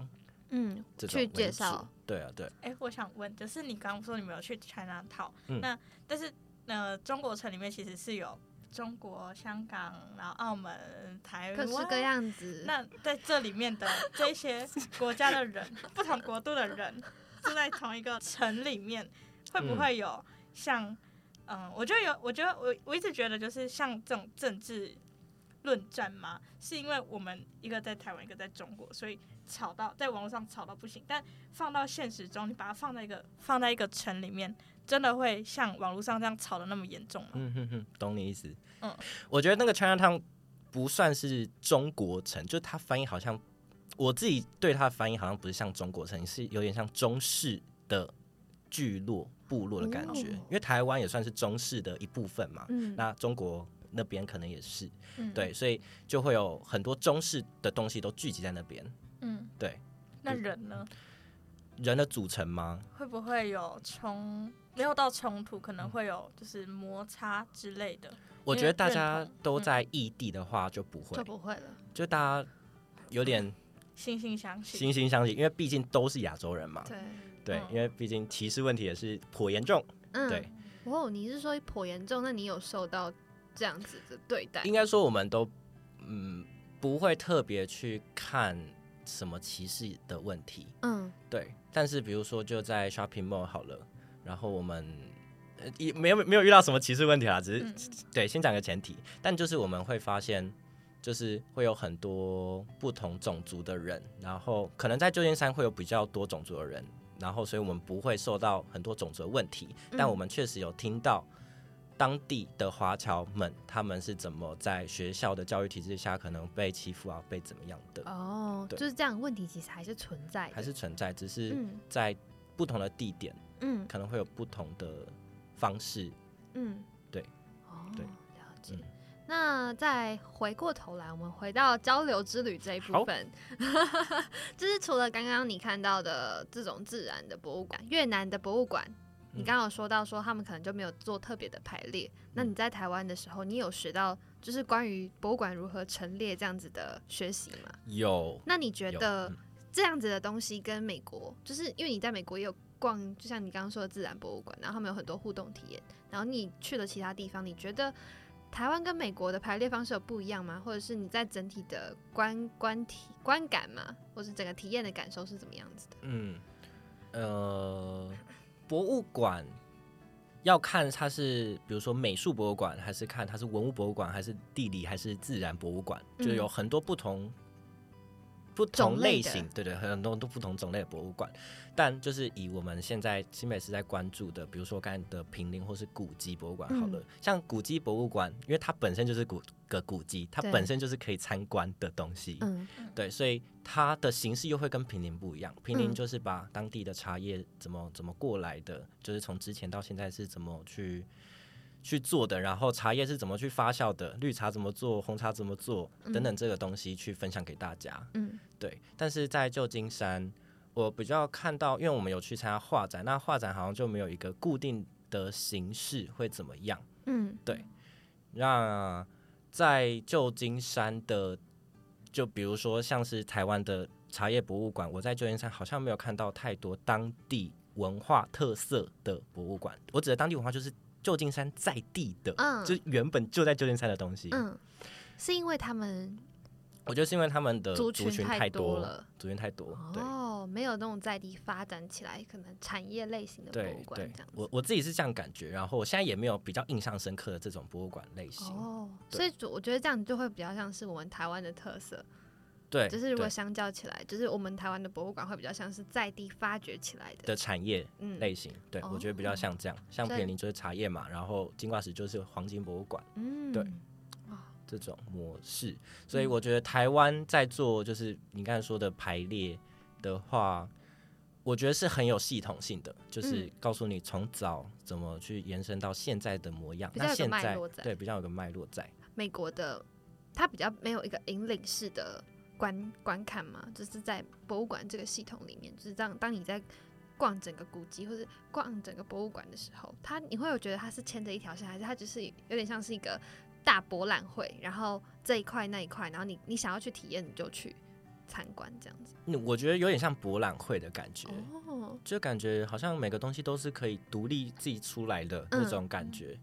A: 嗯，
B: 这种
A: 去
B: 为
A: 介
B: 主
A: 绍。
B: 对啊，对，
C: 哎、我想问，就是你刚刚说你们有去 China Town，、
B: 嗯
C: 那但是呃，中国城里面其实是有中国、香港，然后澳门、台
A: 各
C: 湾
A: 式各。样子。
C: 那在这里面 的这些国家的人，不同国度的人住在同一个城里
B: 嗯
C: 面，会不会有像嗯、我觉得有，我觉得我我一直觉得就是像这种政治论战嘛，是因为我们一个在台湾，一个在中国，所以吵到在网络上吵到不行，但放到现实中，你把它放在一个放在一个城里面，真的会像网络上这样吵的那么严重吗？
B: 嗯哼哼，懂你意思。
C: 嗯
B: 我觉得那个 China Town 不算是中国城，就是它翻译好像我自己对它的翻译好像不是像中国城，是有点像中式的聚落部落的感觉，
A: 哦
B: 因为台湾也算是中式的一部分嘛。
A: 嗯，
B: 那中国那边可能也是
C: 嗯，
B: 对，，所以就会有很多中式的东西都聚集在那边。
C: 嗯，
B: 对。
C: 那人呢？
B: 人的组成吗？
C: 会不会有冲？没有到冲突，
B: 嗯
C: 可能会有就是摩擦之类的。
B: 我觉得大
C: 认
B: 家
C: 同
B: 都在异地的话就不
A: 嗯
B: 会
A: 就，不会了，
B: 就大家有点
C: 惺惺相惜。
B: 惺惺相惜，因为毕竟都是亚洲人嘛。
A: 对，
B: 对，
C: 嗯
B: 因为毕竟歧视问题也是颇严重。
A: 嗯，
B: 对，
A: 哦，你是说颇严重？那你有受到这样哎子的对待？
B: 应该说我们都嗯不会特别去看什么歧视的问题。
A: 嗯，
B: 对，但是比如说就在 shopping mall 好了，然后我们呃也没有没有遇到什么歧视问题啦，只是、
C: 嗯
B: 对先讲个前提，但就是我们会发现，就是会有很多不同种族的人，然后可能在旧金山会有比较多种族的人，然后所以我们不会受到很多种族的问题，但
A: 嗯
B: 我们确实有听到。当地的华侨们，他们是怎么在学校的教育体制下可能被欺负啊，被怎么样的，
A: 哦，
B: 对
A: 就是这样，问题其实还是存在的，
B: 还是存在，只是
A: 嗯
B: 在不同的地点
A: 嗯
B: 可能会有不同的方式。
A: 嗯，
B: 对，
A: 哦，
B: 对
A: 了解。
B: 嗯
A: 那再回过头来，我们回到交流之旅这一部
B: 好
A: 分， 就是除了刚刚你看到的这种自然的博物馆，越南的博物馆，你
B: 嗯
A: 刚刚有说到说他们可能就没有做特别的排列。那你在台湾的时候，你有学到就是关于博物馆如何陈列这样子的学习吗？
B: 有
A: 那你觉
B: 有
A: 得
B: 嗯
A: 这样子的东西跟美国，就是因为你在美国也有逛，就像你刚刚说的自然博物馆，然后他们有很多互动体验，然后你去了其他地方，你觉得台湾跟美国的排列方式有不一样吗？或者是你在整体的观观体观感嘛，或是整个体验的感受是怎么样子的？
B: 嗯呃，博物馆要看它是，比如说美术博物馆，还是看它是文物博物馆，还是地理，还是自然博物馆，就
A: 嗯
B: 有很多不同。不
A: 种
B: 同
A: 类
B: 类
A: 的
B: 型，对对，很多都不同种类的博物馆，但就是以我们现在新北市在关注的，比如说刚才的平林或是古迹博物馆好了，
A: 嗯
B: 像古迹博物馆，因为它本身就是古个古迹，它
A: 对
B: 本身就是可以参观的东西，
A: 嗯
B: 对，所以它的形式又会跟平林不一样。
A: 嗯
B: 平林就是把当地的茶叶怎么怎么过来的，就是从之前到现在是怎么去去做的，然后茶叶是怎么去发酵的，绿茶怎么做，红茶怎么做等等这个东西去分享给大家。
A: 嗯
B: 对，但是在旧金山，我比较看到，因为我们有去参加画展，那画展好像就没有一个固定的形式会怎么样。
A: 嗯
B: 那在旧金山的，就比如说像是台湾的茶叶博物馆，我在旧金山好像没有看到太多当地文化特色的博物馆。我指的当地文化就是旧金山在地的，
A: 嗯
B: 就是原本就在旧金山的东西。
A: 嗯，是因为他们
B: 我觉得是因为他们的
A: 族
B: 嗯族
A: 群
B: 群
A: 太
B: 太
A: 多
B: 多
A: 了，
B: 族群太多，对。
A: 哦，没有那种在地发展起来可能产业类型的博
B: 对
A: 物馆
B: 对
A: 这样，子。
B: 我我自己是这样感觉，然后我现在也没有比较印象深刻的这种博物馆类型。
A: 哦，
B: 对
A: 所以就我觉得这样就会比较像是我们台湾的特色，
B: 对，
A: 就是如果
B: 对
A: 相较起来，就是我们台湾的博物馆会比较像是在地发掘起来的，
B: 的产业
A: 嗯，哦
B: 类型，对、我觉得比较像这样，像
A: 所以
B: 片林就是茶叶嘛，然后金瓜石就是黄金博物馆
A: 嗯，
B: 对
A: 哇，
B: 这种模式，所
A: 嗯
B: 以我觉得台湾在做就是你刚才说的排列的话，我觉得是很有系统性的，就是
A: 嗯
B: 告诉你从早怎么去延伸到现在的模样，
A: 比较有
B: 那
A: 个
B: 现
A: 脉
B: 在
A: 络在
B: 对比较有个脉络在，
A: 美国的它比较没有一个引领式的观观看嘛，就是在博物馆这个系统里面，就是这样，当你在。逛整个古迹或者逛整个博物馆的时候，它你会有觉得它是牵着一条线，还是它只是有点像是一个大博览会，然后这一块那一块，然后你你想要去体验你就去参观这样子。
B: 嗯我觉得有点像博览会的感觉。
A: 哦，
B: 就感觉好像每个东西都是可以独立自己出来的
A: 嗯
B: 那种感觉。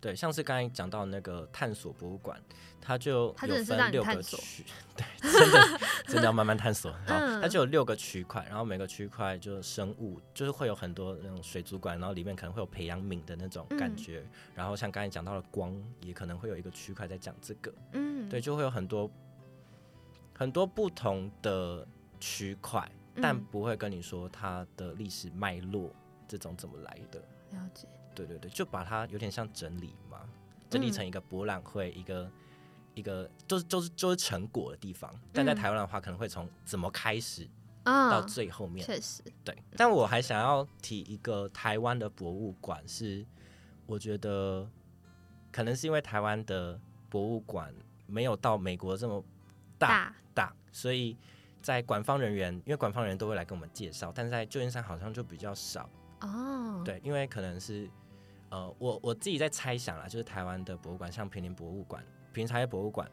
B: 对，像是刚才讲到那个探索博物馆，它就
A: 它真的
B: 有
A: 是让
B: 分
A: 你
B: 六个
A: 探索
B: 区，对，真的真的要慢慢 探索。好，
A: 嗯
B: 它就有六个区块，然后每个区块就是生物，就是会有很多那种水族馆，然后里面可能会有培养皿的那种
A: 嗯
B: 感觉。然后像刚才讲到的光，也可能会有一个区块在讲这个。
A: 嗯，
B: 对，就会有很多很多不同的区块，但
A: 嗯
B: 不会跟你说它的历史脉络这种怎么来的。
A: 了解，
B: 对对对，就把它有点像整理嘛，整
A: 嗯
B: 理成一个博览会，一个一个就是就是就是成果的地方。但在
A: 嗯
B: 台湾的话，可能会从怎么开始
A: 嗯，
B: 到最后面。
A: 确实，
B: 对，但我还想要提一个台湾的博物馆，是我觉得可能是因为台湾的博物馆没有到美国这么大
A: 大，
B: 大，所以在馆方人员，因为馆方人员都会来跟我们介绍，但是在旧金山好像就比较少。
A: 哦，，
B: 对，因为可能是呃，我我自己在猜想啦，就是台湾的博物馆，像平林博物馆、平茶叶博物馆，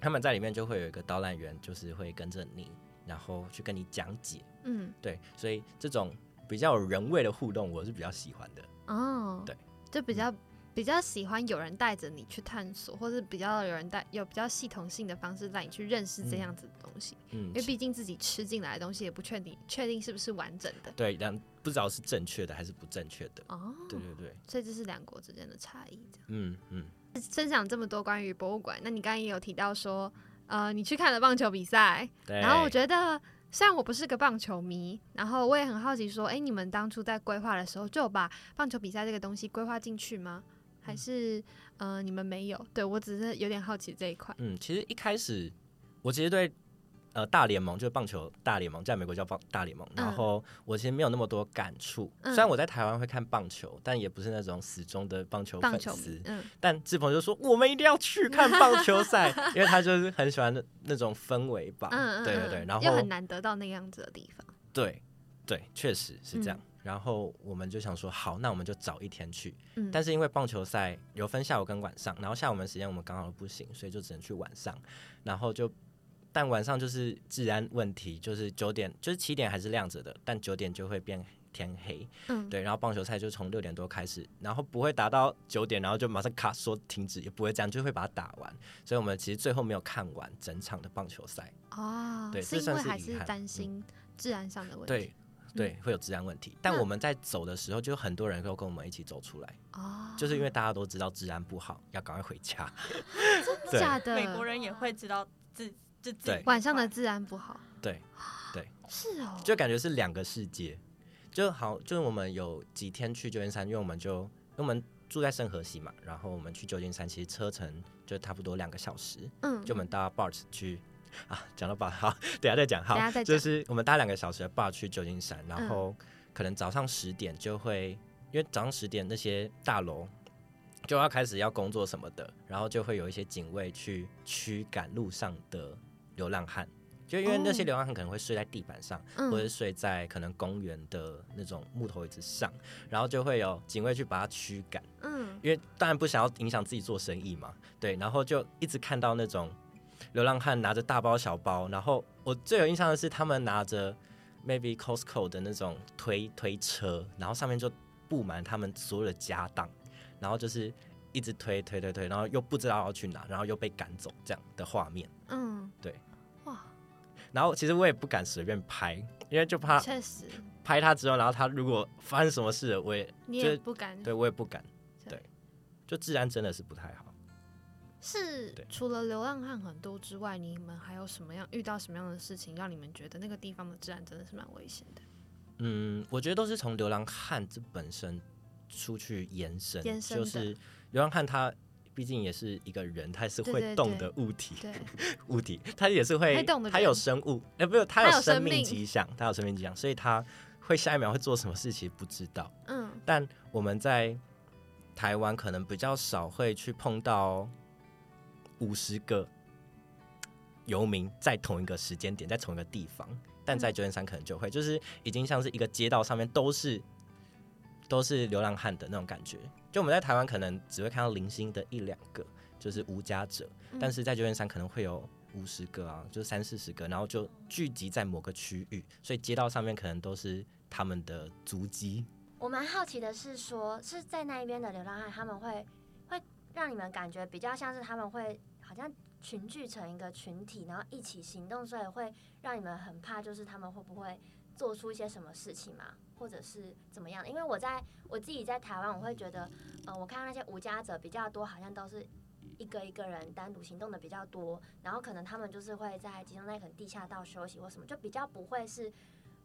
B: 他们在里面就会有一个导览员，就是会跟着你，然后去跟你讲解。
A: 嗯，
B: 对，所以这种比较有人味的互动，我是比较喜欢的。
A: 哦，
B: 对，嗯
A: 就比较比较喜欢有人带着你去探索，或是比较有人带有比较系统性的方式带你去认识这样子的东西，
B: 嗯
A: 因为，毕竟自己吃进来的东西也不确定确定是不是完整的
B: 对，但不知道是正确的还是不正确的。
A: 哦。
B: 对对对，
A: 所以这是两国之间的差异。这样
B: 嗯嗯，
A: 分享这么多关于博物馆，那你刚刚也有提到说，呃，你去看了棒球比赛，
B: 对。
A: 然后我觉得，虽然我不是个棒球迷，然后我也很好奇说，哎，你们当初在规划的时候，就有把棒球比赛这个东西规划进去吗？还
B: 嗯
A: 是，呃，你们没有？对我只是有点好奇这一块。
B: 嗯，其实一开始我其实对呃大联盟就是棒球大联盟，在美国叫棒大联盟，然
A: 嗯
B: 后我其实没有那么多感触。
A: 嗯
B: 虽然我在台湾会看棒球，但也不是那种死忠的棒球
A: 棒
B: 粉
A: 球
B: 丝
A: 迷，。嗯，
B: 但志鹏就说我们一定要去看棒 球赛，因为他就是很喜欢那那种氛围吧。
A: 嗯嗯，
B: 啊对对
A: 嗯
B: 对，
A: 嗯
B: 然
A: 又
B: 后
A: 很难得到那样子的地方。
B: 对对，确实是
A: 嗯
B: 这样。然后我们就想说，好，那我们就早一天去。
A: 嗯，
B: 但是因为棒球赛有分下午跟晚上，然后下午们时间我们刚好不行，所以就只能去晚上。然后就，但晚上就是治安问题，就是九点，就是七点还是亮着的，但九点就会变天黑。
A: 嗯，
B: 对，然后棒球赛就从六点多开始，然后不会打到九点，然后就马上卡说停止，也不会这样，就会把它打完。所以我们其实最后没有看完整场的棒球赛。
A: 哦，
B: 对
A: 是
B: 这
A: 因
B: 算
A: 为
B: 是
A: 还
B: 遗
A: 是
B: 憾
A: 担
B: 嗯
A: 心治安上的问
B: 对
A: 题。嗯
B: 对，会有治安问题。但
A: 那
B: 我们在走的时候，就很多人都跟我们一起走出来，
A: 哦，
B: 就是因为大家都知道治安不好，要赶快回家。对
A: 假的，
C: 美国人也会知道自自己
B: 对
A: 晚上的治安不好。
B: 对，
A: 是哦，
B: 就感觉是两个世界。就好，就是我们有几天去旧金山，因为我们就因为我们住在圣河西嘛，然后我们去旧金山，其实车程就差不多两个小时，
A: 嗯，
B: 就我们搭 BART 去啊，讲到 BART 好，等一下再讲好
A: 等一下再，讲嗯
B: 就是我们搭两个小时的 BART 去旧金山，然后可能早上十点就会，因为早上十点那些大楼。就要开始要工作什么的，然后就会有一些警卫去驱赶路上的流浪汉，就因为那些
A: 哦
B: 流浪汉可能会睡在地板上，
A: 嗯
B: 或者睡在可能公园的那种木头椅子上，然后就会有警卫去把他驱赶，
A: 嗯
B: 因为当然不想要影响自己做生意嘛，对，然后就一直看到那种流浪汉拿着大包小包，然后我最有印象的是他们拿着 maybe Costco 的那种推推车，然后上面就布满他们所有的家当，然后就是一直推推推推，然后又不知道要去哪，然后又被赶走这样的画面，
A: 嗯，
B: 对，
A: 哇，
B: 然后其实我也不敢随便拍，因为就怕
A: 确实，
B: 拍他之后，然后他如果发生什么事了，我也
A: 你
B: 就
A: 也
B: 是
A: 不敢
B: 对我也不敢，
A: 对
B: 对，就治安真的是不太好。
A: 是
B: 对
A: 除了流浪汉很多之外，你们还有什么样遇到什么样的事情，让你们觉得那个地方的治安真的是蛮危险的？
B: 嗯，我觉得都是从流浪汉这本身出去延伸，
A: 延伸
B: 就
A: 的
B: 是流浪汉他毕竟也是一个人，他也是
A: 对
B: 会
A: 对
B: 动的物体，
A: 对，
B: 物体他也是会
A: 会动的
B: 他
A: 人
B: 有生物，哎、不是他
A: 他
B: 有
A: 有生
B: 生命
A: 命
B: 迹象，他有生命迹象，所以他会下一秒会做什么事其实不知道。
A: 嗯
B: 但我们在台湾可能比较少会去碰到五十个游民在同一个时间点，在同一个地方，但在九点三可能就会，就是已经像是一个街道上面都是都是流浪汉的那种感觉。就我们在台湾可能只会看到零星的一两个，就是无家者，但是在九点三可能会有。五十个啊，就三四十个，然后就聚集在某个区域，所以街道上面可能都是他们的足迹。
E: 我蛮好奇的是说，是在那一边的流浪汉，他们会会让你们感觉比较像是他们会好像群聚成一个群体，然后一起行动，所以会让你们很怕，就是他们会不会做出一些什么事情嘛，或者是怎么样？因为我在我自己在台湾，我会觉得，呃，我看到那些无家者比较多，好像都是。一个一个人单独行动的比较多，然后可能他们就是会在集中在可能地下道休息或什么，就比较不会是，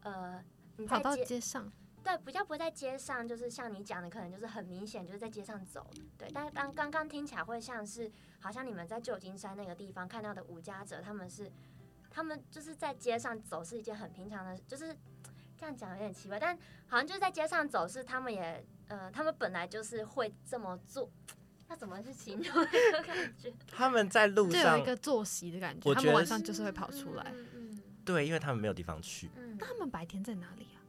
E: 呃，你在
A: 跑 到
E: 街
A: 街上，
E: 对，比较不会在街上，就是像你讲的，可能就是很明显就是在街上走。对，但是刚刚刚听起来会像是，好像你们在旧金山那个地方看到的无家者，他们是，他们就是在街上走是一件很平常的，就是这样讲有点奇怪，但好像就是在街上走是他们也，呃，他们本来就是会这么做，要怎么去形容这个感觉？
B: 他们在路
A: 就有
B: 上
A: 一，个作息的感觉，
B: 我
A: 他
B: 觉
A: 们
B: 得
A: 晚上就是会跑出来。
E: 嗯嗯
B: 对，因为他们没有地方去，
E: 嗯
A: 那他们白天在哪里啊？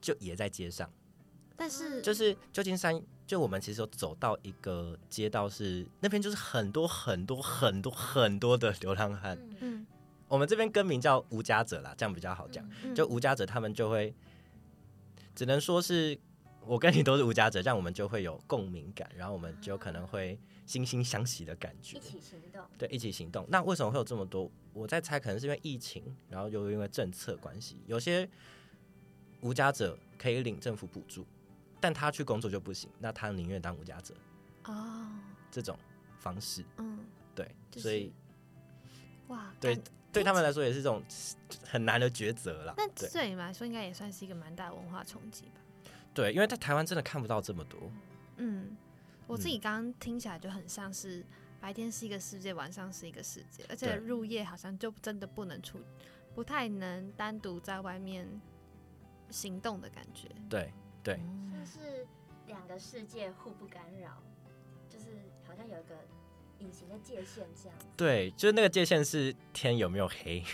B: 就也在街上。
A: 但是
B: 就是旧金山，就我们其实有走到一个街道是，那边就是很多很多很多很多的流浪汉。
E: 嗯
A: 嗯，
B: 我们这边更名叫无家者啦，这样比较好讲。
E: 嗯
A: 嗯
B: 就无家者，他们就会只能说是。我跟你都是无家者，这样我们就会有共鸣感，然后我们就可能会惺惺相惜的感觉
E: 一。起行动。
B: 对，一起行动。那为什么会有这么多？我在猜，可能是因为疫情，然后又因为政策关系，有些无家者可以领政府补助，但他去工作就不行，那他宁愿当无家者
A: 哦，
B: 这种方式。
A: 嗯，
B: 对，
A: 就是
B: 所以
A: 哇，
B: 对
A: 但
B: 对他们来说也是这种很难的抉择啦。
A: 那
B: 对
A: 对你们来说应该也算是一个蛮大的文化冲击吧？
B: 对，因为在台湾真的看不到这么多。
A: 嗯，我自
B: 嗯
A: 己刚刚听起来就很像是白天是一个世界，晚上是一个世界，而且
B: 对
A: 入夜好像就真的不能出，不太能单独在外面行动的感觉。
B: 对对，
A: 嗯
E: 像是两个世界互不干扰，就是好像有一个隐形的界限这 样。
B: 对，就是那个界限是天有没有黑。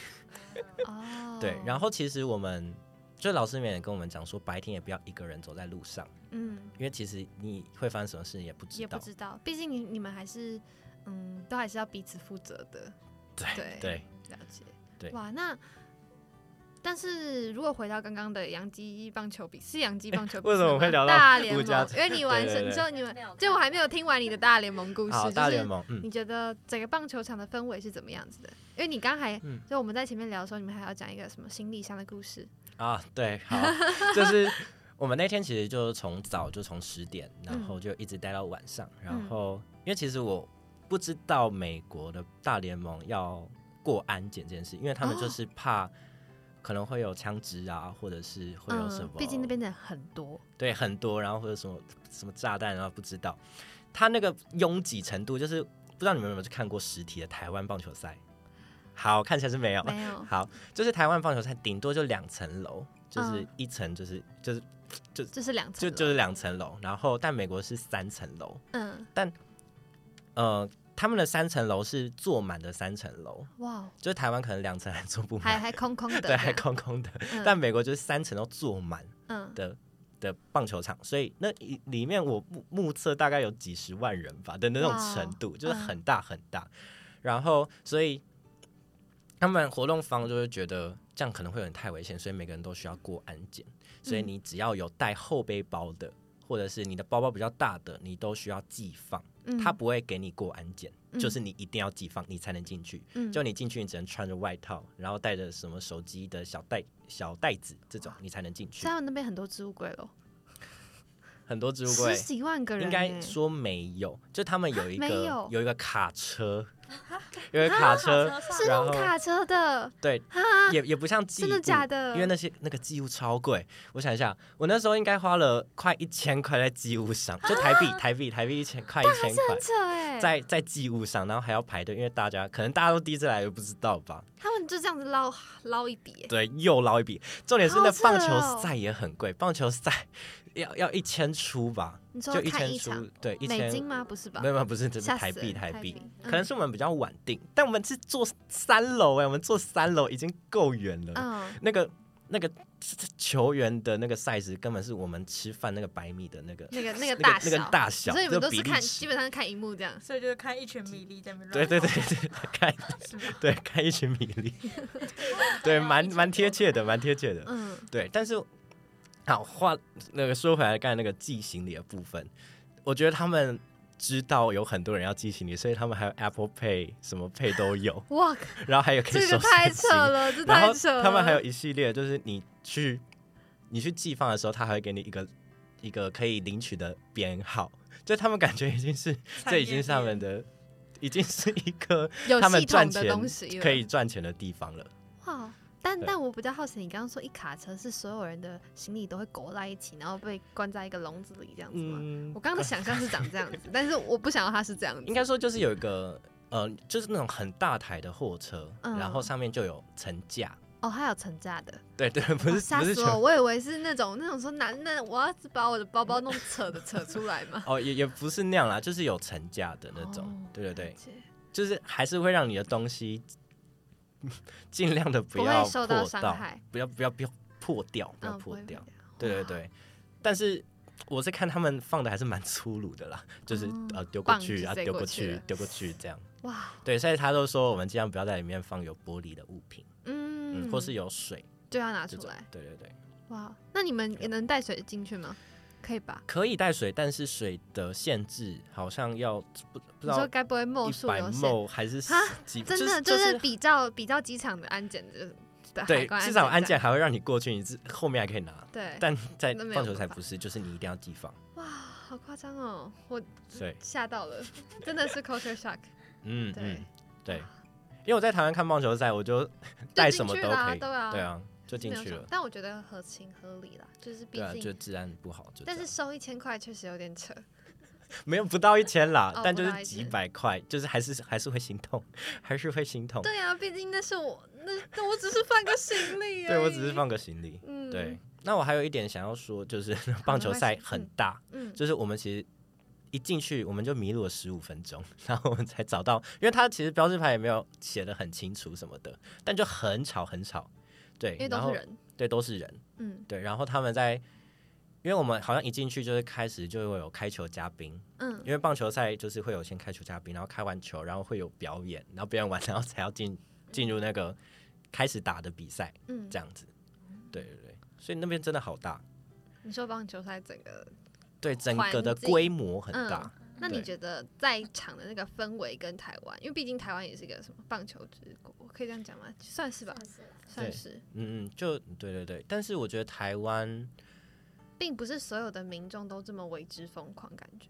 A: 哦，
B: 对，然后其实我们就老师们也跟我们讲说，白天也不要一个人走在路上，
A: 嗯，
B: 因为其实你会发生什么事你也不知
A: 也不
B: 道。
A: 知道，毕竟你你们还是嗯，都还是要彼此负责的。对
B: 对，
A: 了解，
B: 对
A: 哇，那但是如果回到刚刚的洋基棒球比，是洋基棒球比赛吗、
B: 为什么我会聊到
A: 大联
B: 吴
A: 盟？
B: 家
A: 因为你完
B: 对对
A: 成
B: 对
A: 之后，你们
E: 没有看
A: 就我还没有听完你的大联盟故事，
B: 好，
A: 就
B: 大联
A: 是
B: 盟，嗯，
A: 你觉得整个棒球场的氛围是怎么样子的？因为你刚还、
B: 嗯
A: 就我们在前面聊的时候，你们还要讲一个什么行李箱的故事，
B: 啊，对，好，就是我们那天其实就是从早就从十点，
A: 嗯
B: 然后就一直待到晚上，然后因为其实我不知道美国的大联盟要过安检这件事，因为他们
A: 哦
B: 就是怕可能会有枪支啊，或者是会有什么，
A: 嗯毕竟那边的人很多，
B: 对很多，然后或者什么什么炸弹啊，不知道，他那个拥挤程度就是不知道你们有没有去看过实体的台湾棒球赛。好看起来是没有，
A: 没有，
B: 好，就是台湾棒球赛顶多就两层楼，就是
A: 嗯
B: 一层就是就是
A: 这是两层
B: 就
A: 楼，
B: 就是两层楼，然后但美国是三层楼，
A: 嗯，
B: 呃，他们的三层楼是坐满的三层楼，
A: 哇，
B: 就是台湾可能两层还坐不
A: 还
B: 满，
A: 还空空的这
B: 对，
A: 样，
B: 还空空的，
A: 嗯，
B: 但美国就是三层都坐满
A: 嗯，
B: 的的棒球场，所以那里里面我目目测大概有几十万人吧的那种
A: 哇
B: 程度，就是
A: 嗯
B: 很大很大，然后所以。他们活动方就会觉得这样可能会有点太危险，所以每个人都需要过安检。所以
A: 嗯
B: 你只要有带后背包的，或者是你的包包比较大的，你都需要寄放。
A: 嗯
B: 他不会给你过安检，
A: 嗯
B: 就是你一定要寄放，你才能进去。
A: 嗯
B: 就你进去，你只能穿着外套，然后带着什么手机的小袋小袋子这种，你才能进去
A: 所以。他们那边很多置物柜咯，
B: 很多置物
A: 十
B: 柜
A: 几万个人欸，
B: 应该说没有，就他们有一个
A: 没有啊
B: 一个卡车， 有一个卡车，
C: 车上
A: 是
B: 然
A: 用
B: 后
A: 卡车的，
B: 对，也也不像寄
A: 真的
B: 物
A: 假的
B: 因为那些那个寄物超贵，我想一下，我那时候应该花了快一千块在寄物上，就台
A: 啊
B: 币、台币台币一千快一千块
A: 很。扯哎、
B: 在在寄物上，然后还要排队，因为大家可能大家都第一次来，也不知道吧？
A: 他们就这样子捞捞一笔、欸，
B: 对，又捞一笔。重点是那
A: 好扯
B: 棒
A: 哦
B: 球赛也很贵，棒球赛 要要一千出吧，
A: 你说
B: 就一
A: 看
B: 千
A: 一
B: 出
A: 场，
B: 对，一
A: 美
B: 千
A: 金吗？不是吧
B: 没？有没有，不是，这是
A: 吓死
B: 台币
A: 人
B: 台
A: 台
B: 币，
A: 币嗯
B: 可能是我们比较晚定，但我们是坐三楼哎、我们坐三楼已经够远了。
A: 嗯，
B: 那个那个球员的那个 size 根本是我们吃饭那个百米的那个
A: 那个那个
B: 那
A: 大小，
B: 那个大小，
A: 所以你们
B: 这
A: 都
B: 比
A: 是
B: 例
A: 看，
B: 尺
A: 基本上是看荧幕这 样。
C: 所以就是看一群米粒在那边
B: 对
C: 乱
B: 对对 对，看
C: 是吗
B: 对看一群米粒，对，蛮蛮贴切的，蛮贴切的。
A: 嗯，
B: 对，但是好话那个说回来，刚才那个寄行李的部分，我觉得他们知道有很多人要寄行李，所以他们还有 Apple Pay 什么 Pay 都有，
A: 哇，
B: 然后还有可以
A: 这个
B: 收
A: 太
B: 现
A: 扯
B: 金
A: 了，这
B: 然
A: 太
B: 后
A: 扯了。
B: 他们还有一系列，就是你去你去寄放的时候，他还会给你一个一个可以领取的编号，就他们感觉已经是
C: 产
B: 这
C: 业
B: 已经是他们
C: 链
B: 的，已经是一 个
A: 有
B: 他们
A: 系
B: 赚
A: 统的
B: 钱
A: 东西了
B: 可以赚钱的地方了。
A: 哇。但
B: 对
A: 但我比较好奇，你刚刚说一卡车是所有人的行李都会裹在一起，然后被关在一个笼子里这样子吗？
B: 嗯
A: 我刚刚的想象是长这样子，但是我不想要它是这样子。
B: 应该说就是有一个呃，就是那种很大台的货车，
A: 嗯
B: 然后上面就有层架。
A: 哦，还有成架的，
B: 对对，不
A: 哇
B: 是
A: 哦吓
B: 不是
A: 死
B: 全。
A: 我！我以为是那种那种说男的，我要把我的包包弄扯的扯出来嘛
B: 哦，也也不是那样啦，就是有层架的那种。
A: 哦
B: 对对对
A: 了，解
B: 就是还是会让你的东西 尽量的不
A: 不
B: 要
A: 会受
B: 破
A: 到伤害
B: 不要不要不要破掉，不要
A: 嗯
B: 破掉。。
A: 不
B: 对
A: 会哦
B: 对
A: 毁
B: 对，但是我是看他们放的还是蛮粗鲁的啦，就是、
A: 哦
B: 呃丢过
A: 棒
B: 去
A: 就
B: 啊
A: 塞
B: 丢
A: 过
B: 过
A: 去
B: 去
A: 了
B: 丢过去这样。
A: 哇哇，
B: 对，所以他都说我们尽量不要在里面放有玻璃的物品，嗯，
A: 嗯，
B: 或是有水
A: 就要拿
B: 这
A: 出
B: 种
A: 来。。
B: 对对对，
A: 哇，那你们也能带水进去吗？可以吧？
B: 可以带水，但是水的限制好像要不不知
A: 你说
B: 道
A: 该不会墨
B: 一
A: 数
B: 百
A: 有限？
B: 亩还是
A: 哈
B: 几，
A: 真的
B: 就
A: 就是
B: 是
A: 比较比较机场的安检的的海
B: 对
A: 关
B: 市场安
A: 这
B: 检
A: 样
B: 还会让你过去，你是后面还可以拿，
A: 对，
B: 但在
A: 那没有
B: 棒球
A: 办
B: 场
A: 法
B: 不是，就是你一定要 寄放。
A: 哇，好夸张哦，我
B: 对，
A: 吓到了， 真的是 culture shock，
B: 嗯
A: 对啊
B: 嗯，对，因为我在台湾看棒球赛，我就带什么
A: 就
B: 都
A: 进去啦
B: 可以，
A: 对啊
B: 对啊，就进
A: 没有
B: 去
A: 什么
B: 了，
A: 但我觉得合情合理啦，就是毕
B: 对啊，就
A: 竟，
B: 治安不好，就
A: 但
B: 这
A: 是
B: 样
A: 收一千块确实有点扯，
B: 没有不到一千啦
A: 哦，
B: 但
A: 不
B: 就
A: 到
B: 是
A: 一
B: 几
A: 千
B: 百块，就是还是还是会心痛， 还是会心痛。
A: 对啊，毕竟那是我那那我只是放个行李而已，
B: 对我只是放个行李。
A: 嗯
B: 对，那我还有一点想要说，就是 棒球赛很大，
A: 嗯
B: 就是我们其实一进去我们就迷路了十五分钟，然后我们才找到，因为它其实标志牌也没有写的很清楚什么的，但就很吵很吵。对，
A: 因为
B: 然
A: 都
B: 后
A: 是，人，
B: 对，都是人，
A: 嗯
B: 对。然后他们在，因为我们好像一进去就是开始就会有开球嘉宾，
A: 嗯
B: 因为棒球赛就是会有先开球嘉宾，然后开完球，然后会有表演，然后表演完，然后才要进进入那个开始打的比赛。
A: 嗯，
B: 这样子。对对对，所以那边真的好大，
A: 你说棒球赛整个，
B: 对整个的
A: 环境嗯
B: 规模很大。
A: 那你
B: 对
A: 觉得在场的那个氛围跟台湾，因为毕竟台湾也是一个什么棒球之国，可以这样讲吗？算是吧，
E: 算是啊啦
A: 算
B: 对
A: 是，
B: 嗯嗯，就对对对，但是我觉得台湾
A: 并不是所有的民众都这么为之疯狂，感觉，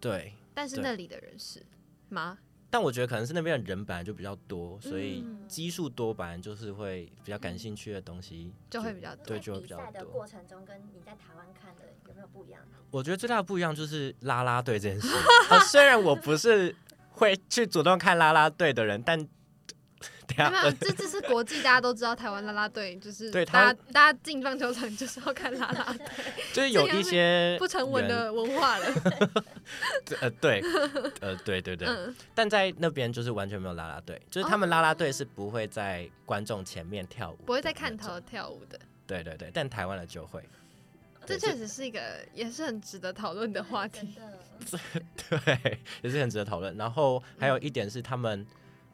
B: 对，
A: 但是
B: 对
A: 那里的人是 吗？
B: 但我觉得可能是那边的人本来就比较多，所以
A: 嗯
B: 基数多，本来就是会比较感兴趣的东西。
A: 就会比较
B: 对
E: 在
B: 就会
E: 比
B: 比较
E: 赛的
B: 多
E: 过程中，跟你在台湾看的有没有不一样？
B: 我觉得最大的不一样就是啦啦队这 件事。呃虽然我不是会去主动看啦啦队的人，但 等一下呃
A: 没有，这这是国际，大家都知道台湾啦啦队就是
B: 对
A: 大
B: 他
A: 家大家进棒球场就是要看 啦啦队，
B: 就是有一些
A: 不成文的文化了。
B: 人呃对呃对对对，
A: 嗯，
B: 但在那边就是完全没有啦啦队，就是他们啦啦队是不会在观众前面跳舞，
A: 不会在看头。跳舞的，
B: 对对对，但台湾的就会，
A: 这
B: 对
A: 确实是一个也是很值得讨论的话
E: 真
A: 题。
E: 的，
B: 对，也是很值得讨论。然后还有一点是他们，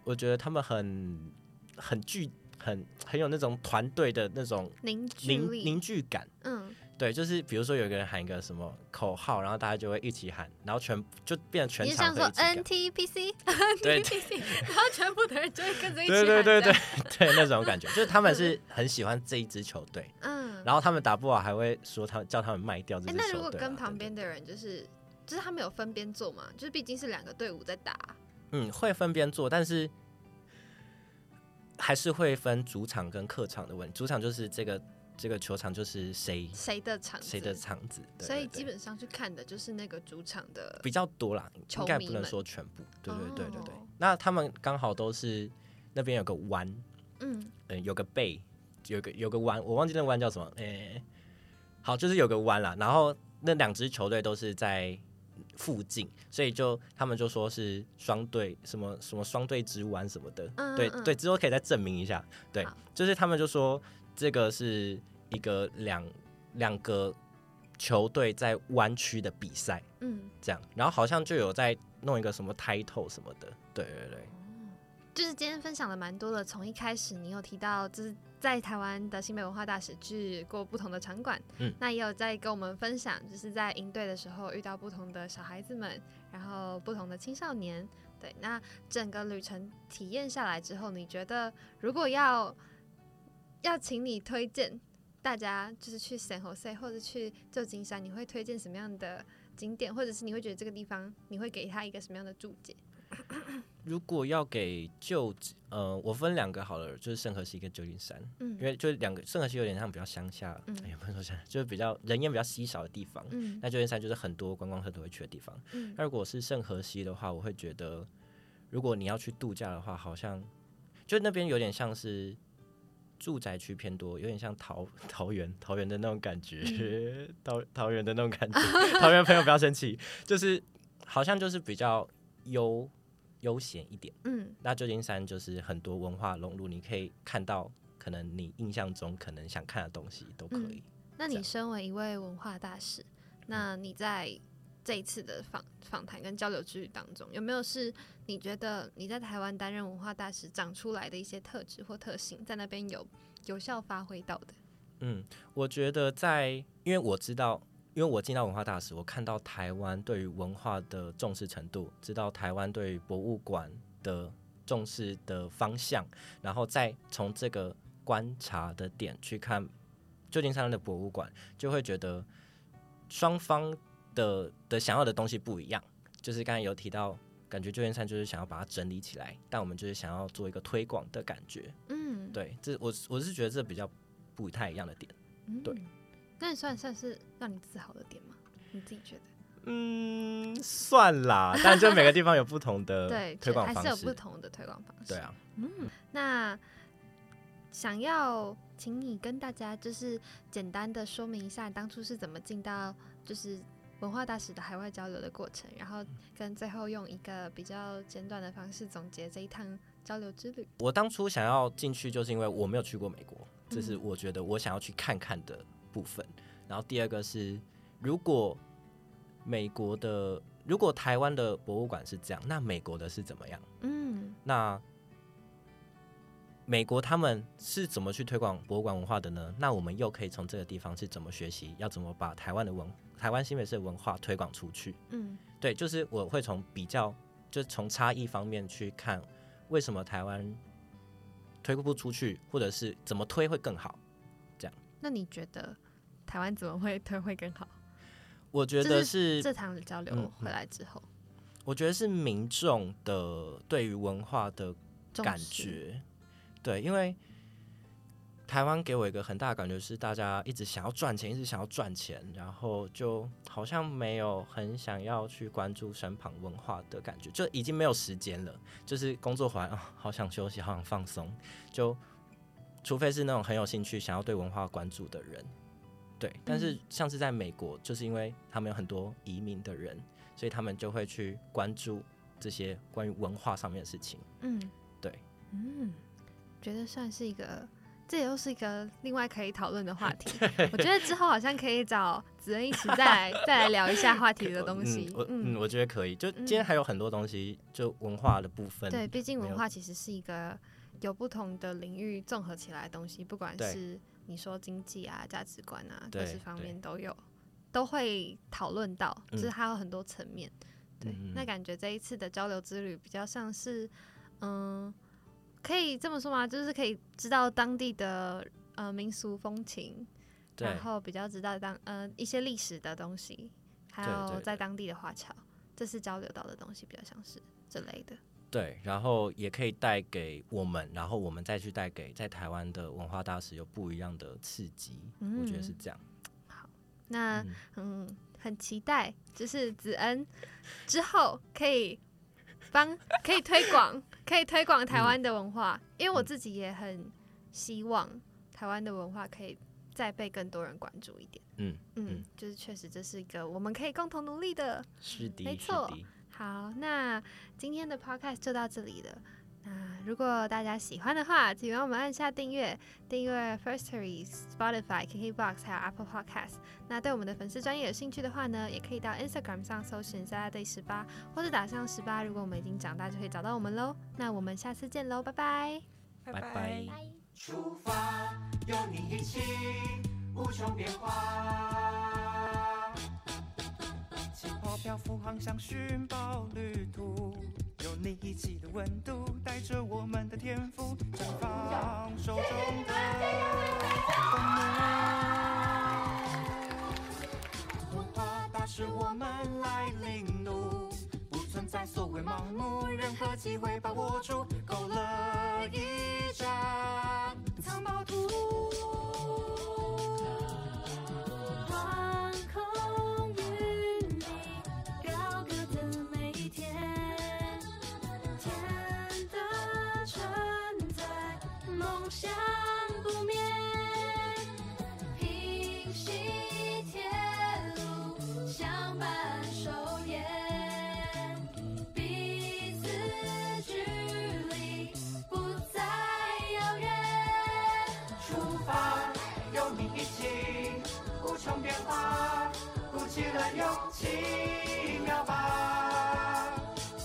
B: 我觉得他们很很聚，很很有那种团队的那种
A: 凝聚
B: 凝
A: 力，
B: 凝聚感。
A: 嗯，
B: 对，就是比如说有一个人喊一个什么口号，然后大家就会一起喊，然后全就变成
A: 你
B: 全
A: 是想
B: 场会
A: 说
B: 一起 喊
A: NTPC
B: 对
A: NTPC，然后全部的人就会跟着一起
B: 对对
A: 喊这
B: 对对
A: 样，
B: 对那种感觉，就是他 们是很喜欢这一支球队。
A: 嗯。
B: 然后他们打不好还会说他们叫他们卖掉这
A: 哎，
B: 支球队啊、
A: 那如果跟旁边
B: 的
A: 的人就是就是他们有分边坐嘛，就是毕竟是两个队伍在打，
B: 嗯会分边做，但是还是会分主场跟客场的问题。主场就是这个这个球场就是谁
A: 谁的场子
B: 谁的场子，对
A: 所以
B: 对对
A: 基本上去看的就是那个主场的
B: 比较多啦，
A: 球
B: 应
A: 迷
B: 该不能
A: 们
B: 说全部。对对对对对，
A: 哦
B: 那他们刚好都是那边有个弯，
A: 嗯，
B: 嗯，有个背，有个有个弯，我忘记那个弯叫什么，诶、好，就是有个弯啦。然后那两支球队都是在附近，所以就他们就说是双队，什么什么双队之弯什么的，
A: 嗯
B: 对
A: 嗯
B: 对，之后可以再证明一下。对
A: 好，
B: 就是他们就说这个是一个两两个球队在湾区的比赛
A: 嗯，
B: 这样，然后好像就有在弄一个什么 title 什么的，对对对。
A: 就是今天分享了蛮多的。从一开始，你有提到就是在台湾的新北文化大使去过不同的场馆，
B: 嗯
A: 那也有在跟我们分享，就是在营队的时候遇到不同的小孩子们，然后不同的青少年。对，那整个旅程体验下来之后，你觉得如果要要请你推荐大家，就是去 San Jose 或者去旧金山，你会推荐什么样的景点，或者是你会觉得这个地方你会给他一个什么样的注解？
B: 如果要给旧址，呃，我分两个好了，就是圣河西跟旧金山，
A: 嗯
B: 因为就是两个圣河西有点像比较乡下，
A: 嗯
B: 哎也不能说乡下，就是比较人烟比较稀少的地方。
A: 嗯
B: 那旧金山就是很多观光客都会去的地方。
A: 嗯
B: 那如果是圣河西的话，我会觉得，如果你要去度假的话，好像就那边有点像是住宅区偏多，有点像桃桃园桃园的那种感觉， 桃桃园的那种感觉。桃园朋友不要生气，就是好像就是比较悠悠闲一点。
A: 嗯
B: 那旧金山就是很多文化融入，你可以看到可能你印象中可能想看的东西都可以。
A: 那
B: 这
A: 你
B: 样嗯
A: 身为一位文化大使，那你在这一次的访访谈跟交流之旅当中，有没有是你觉得你在台湾担任文化大使长出来的一些特质或特性，在那边有有效发挥到的？
B: 嗯我觉得在，因为我知道因为我进到文化大使，我看到台湾对于文化的重视程度，知道台湾对于博物馆的重视的方向，然后再从这个观察的点去看旧金山的博物馆，就会觉得双方的的想要的东西不一样。就是刚才有提到，感觉旧金山就是想要把它整理起来，但我们就是想要做一个推广的感觉。
A: 嗯，
B: 对，这我我是觉得这比较不太一样的点。
A: 嗯
B: 对。
A: 那你算算是让你自豪的点吗？你自己觉得？
B: 嗯，算啦，但就每个地方有不同的
A: 对，
B: 呃推广
A: 还
B: 方
A: 是有不
B: 式。
A: 同的推广方式。
B: 对啊，
A: 嗯，那想要请你跟大家就是简单的说明一下，你当初是怎么进到就是文化大使的海外交流的过程，然后跟最后用一个比较简短的方式总结这一趟交流之旅。
B: 我当初想要进去，就是因为我没有去过美国，这是我觉得我想要去看看的部分。然后第二个是，如果美国的，如果台湾的博物馆是这样，那美国的是怎么样？
A: 嗯
B: 那美国他们是怎么去推广博物馆文化的呢？那我们又可以从这个地方是怎么学习，要怎么把台湾的文台湾新北市的文化推广出去？
A: 嗯
B: 对，就是我会从比较，就是从差异方面去看，为什么台湾推不出去，或者是怎么推会更好。
A: 那你觉得台湾怎么会推会更好？
B: 我觉得是，
A: 这场交流
B: 嗯嗯
A: 回来之后，
B: 我觉得是民众的对于文化的
A: 重
B: 感
A: 视
B: 觉，对，因为台湾给我一个很大的感觉是，大家一直想要赚钱，一直想要赚钱，然后就好像没有很想要去关注身旁文化的感觉，就已经没有时间了，就是工作回 来啊、好想休息，好想放松，就除非是那种很有兴趣想要对文化关注的人，对，但
A: 嗯
B: 是像是在美国，就是因为他们有很多移民的人，所以他们就会去关注这些关于文化上面的事情。
A: 嗯，
B: 对，
A: 嗯，觉得算是一个，这又是一个另外可以讨论的话 题。我觉得之后好像可以找子恩一起再来再来聊一下话题的东西
B: 嗯，。我嗯，
A: 嗯，
B: 我觉得可以。就今天还有很多东西，就文化的部分。
A: 对，毕竟
B: 没
A: 文
B: 有
A: 化其实是一个有不同的领域综合起来的东西，不管
B: 对
A: 是你说经济啊、价值观啊，各
B: 对
A: 式方
B: 对
A: 面都有，都会讨论到，就
B: 嗯
A: 是它有很多层面。对，
B: 嗯嗯
A: 那
B: 嗯
A: 感觉这一次的交流之旅比较像是，嗯，可以这么说吗？就是可以知道当地的呃民俗风情，
B: 对
A: 然后比较知道当呃一些历史的东西，还
B: 对对
A: 有
B: 对
A: 在当地的华侨，这是交流到的东西比较像是这类的。
B: 对，然后也可以带给我们，然后我们再去带给在台湾的文化大使有不一样的刺激。
A: 嗯
B: 我觉得是这样。
A: 那
B: 嗯
A: 嗯很期待，就是子恩之后可以帮可以推广，可以推广台湾的文化，因为我自己也很希望台湾的文化可以再被更多人关注一点。
B: 嗯，
A: 嗯，
B: 嗯
A: 就是确实这是一个我们可以共同努力的。
B: 是的，
A: 没
B: 是
A: 错
B: 的。
A: 好，那今天的 podcast 就到这里了。那如果大家喜欢的话，请帮我们按下订阅，订阅 Firstory、Spotify、KKBox 还有 Apple Podcast。那对我们的粉丝专业有兴趣的话呢，也可以到 Instagram 上搜寻“沙拉对十八”，或者打上十八。如果我们已经长大，就可以找到我们喽。那我们下次见喽，拜拜。
C: 拜
B: 拜拜
E: 拜。
D: 出发，有你一起，无穷变化。气泡漂浮航向寻宝旅途，有你一起的温度，带着我们的天赋，绽放手中的光芒。文化大使，我们来领路，不存在所谓盲目，任何机会把握住，勾勒一张藏宝图。
F: 航空云里高歌的每一天，天的存在，梦想不灭。平行铁路相伴守夜，彼此距离不再遥远。
D: 出发，有你一起，无穷变化，鼓起了勇气，秒吧！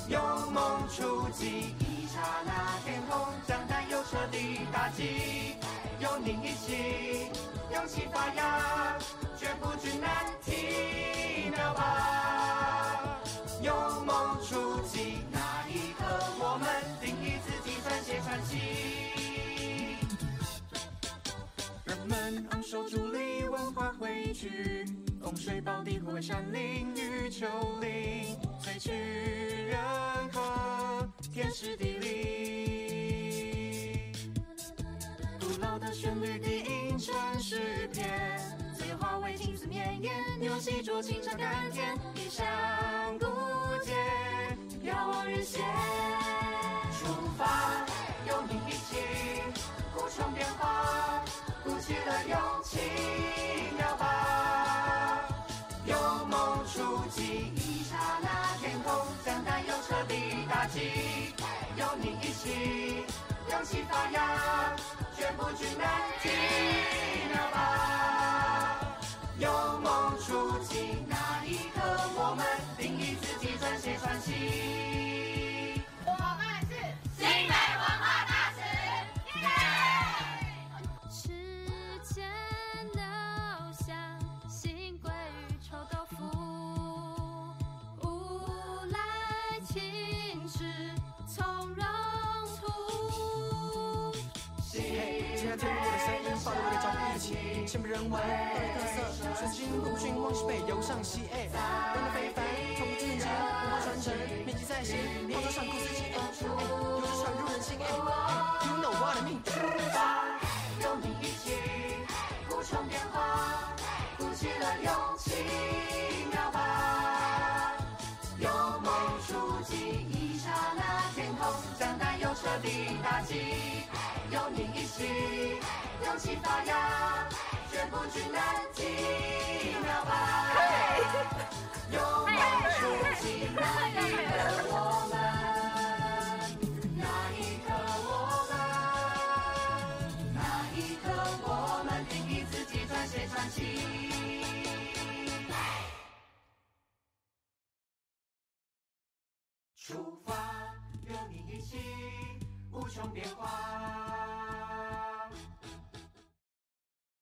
D: 有梦出击，一刹那天空，将担忧彻底打击。有你一起，勇气发芽，绝不惧是难题，那吧？勇猛出击，那一刻我们定义自己撰写传奇。人们昂首伫立，文化汇聚，风水宝地、湖为山林与丘陵，萃取人和天时地利。古老的旋律低吟成诗篇，岁月化为青丝绵延，牛细酌情长甘甜，一山古街，遥望日斜。出发，有你一起，古城变化，鼓起了勇气，秒吧，勇猛出击，一刹那天空将担忧彻底打击，有你一起，勇气发芽，绝不惧难题，秒吧，勇猛出击，那一刻我们定义自己，撰写传奇。
F: 时间都像新桂与臭豆腐，无赖情绪从容吐。
D: 今天听我的声音，把我的脚步一起，前辈人文，道的特色，全新陆逊汪西北游上西，哎，温度非凡，从古至今，文化传承，铭记在心，号召上古斯基，哎，由之传入人心，哎，You know what I mean。
G: 有你一起，古城变化，鼓起了勇气，秒吧！勇猛出击，一刹那天空将担忧彻底打击。哎有你一起，勇气发芽，绝不惧难题，秒吧！勇猛出击，那一刻我们，那一刻我们。那一刻，我们定义自己，撰写传奇。出发，有你一起，无穷变化，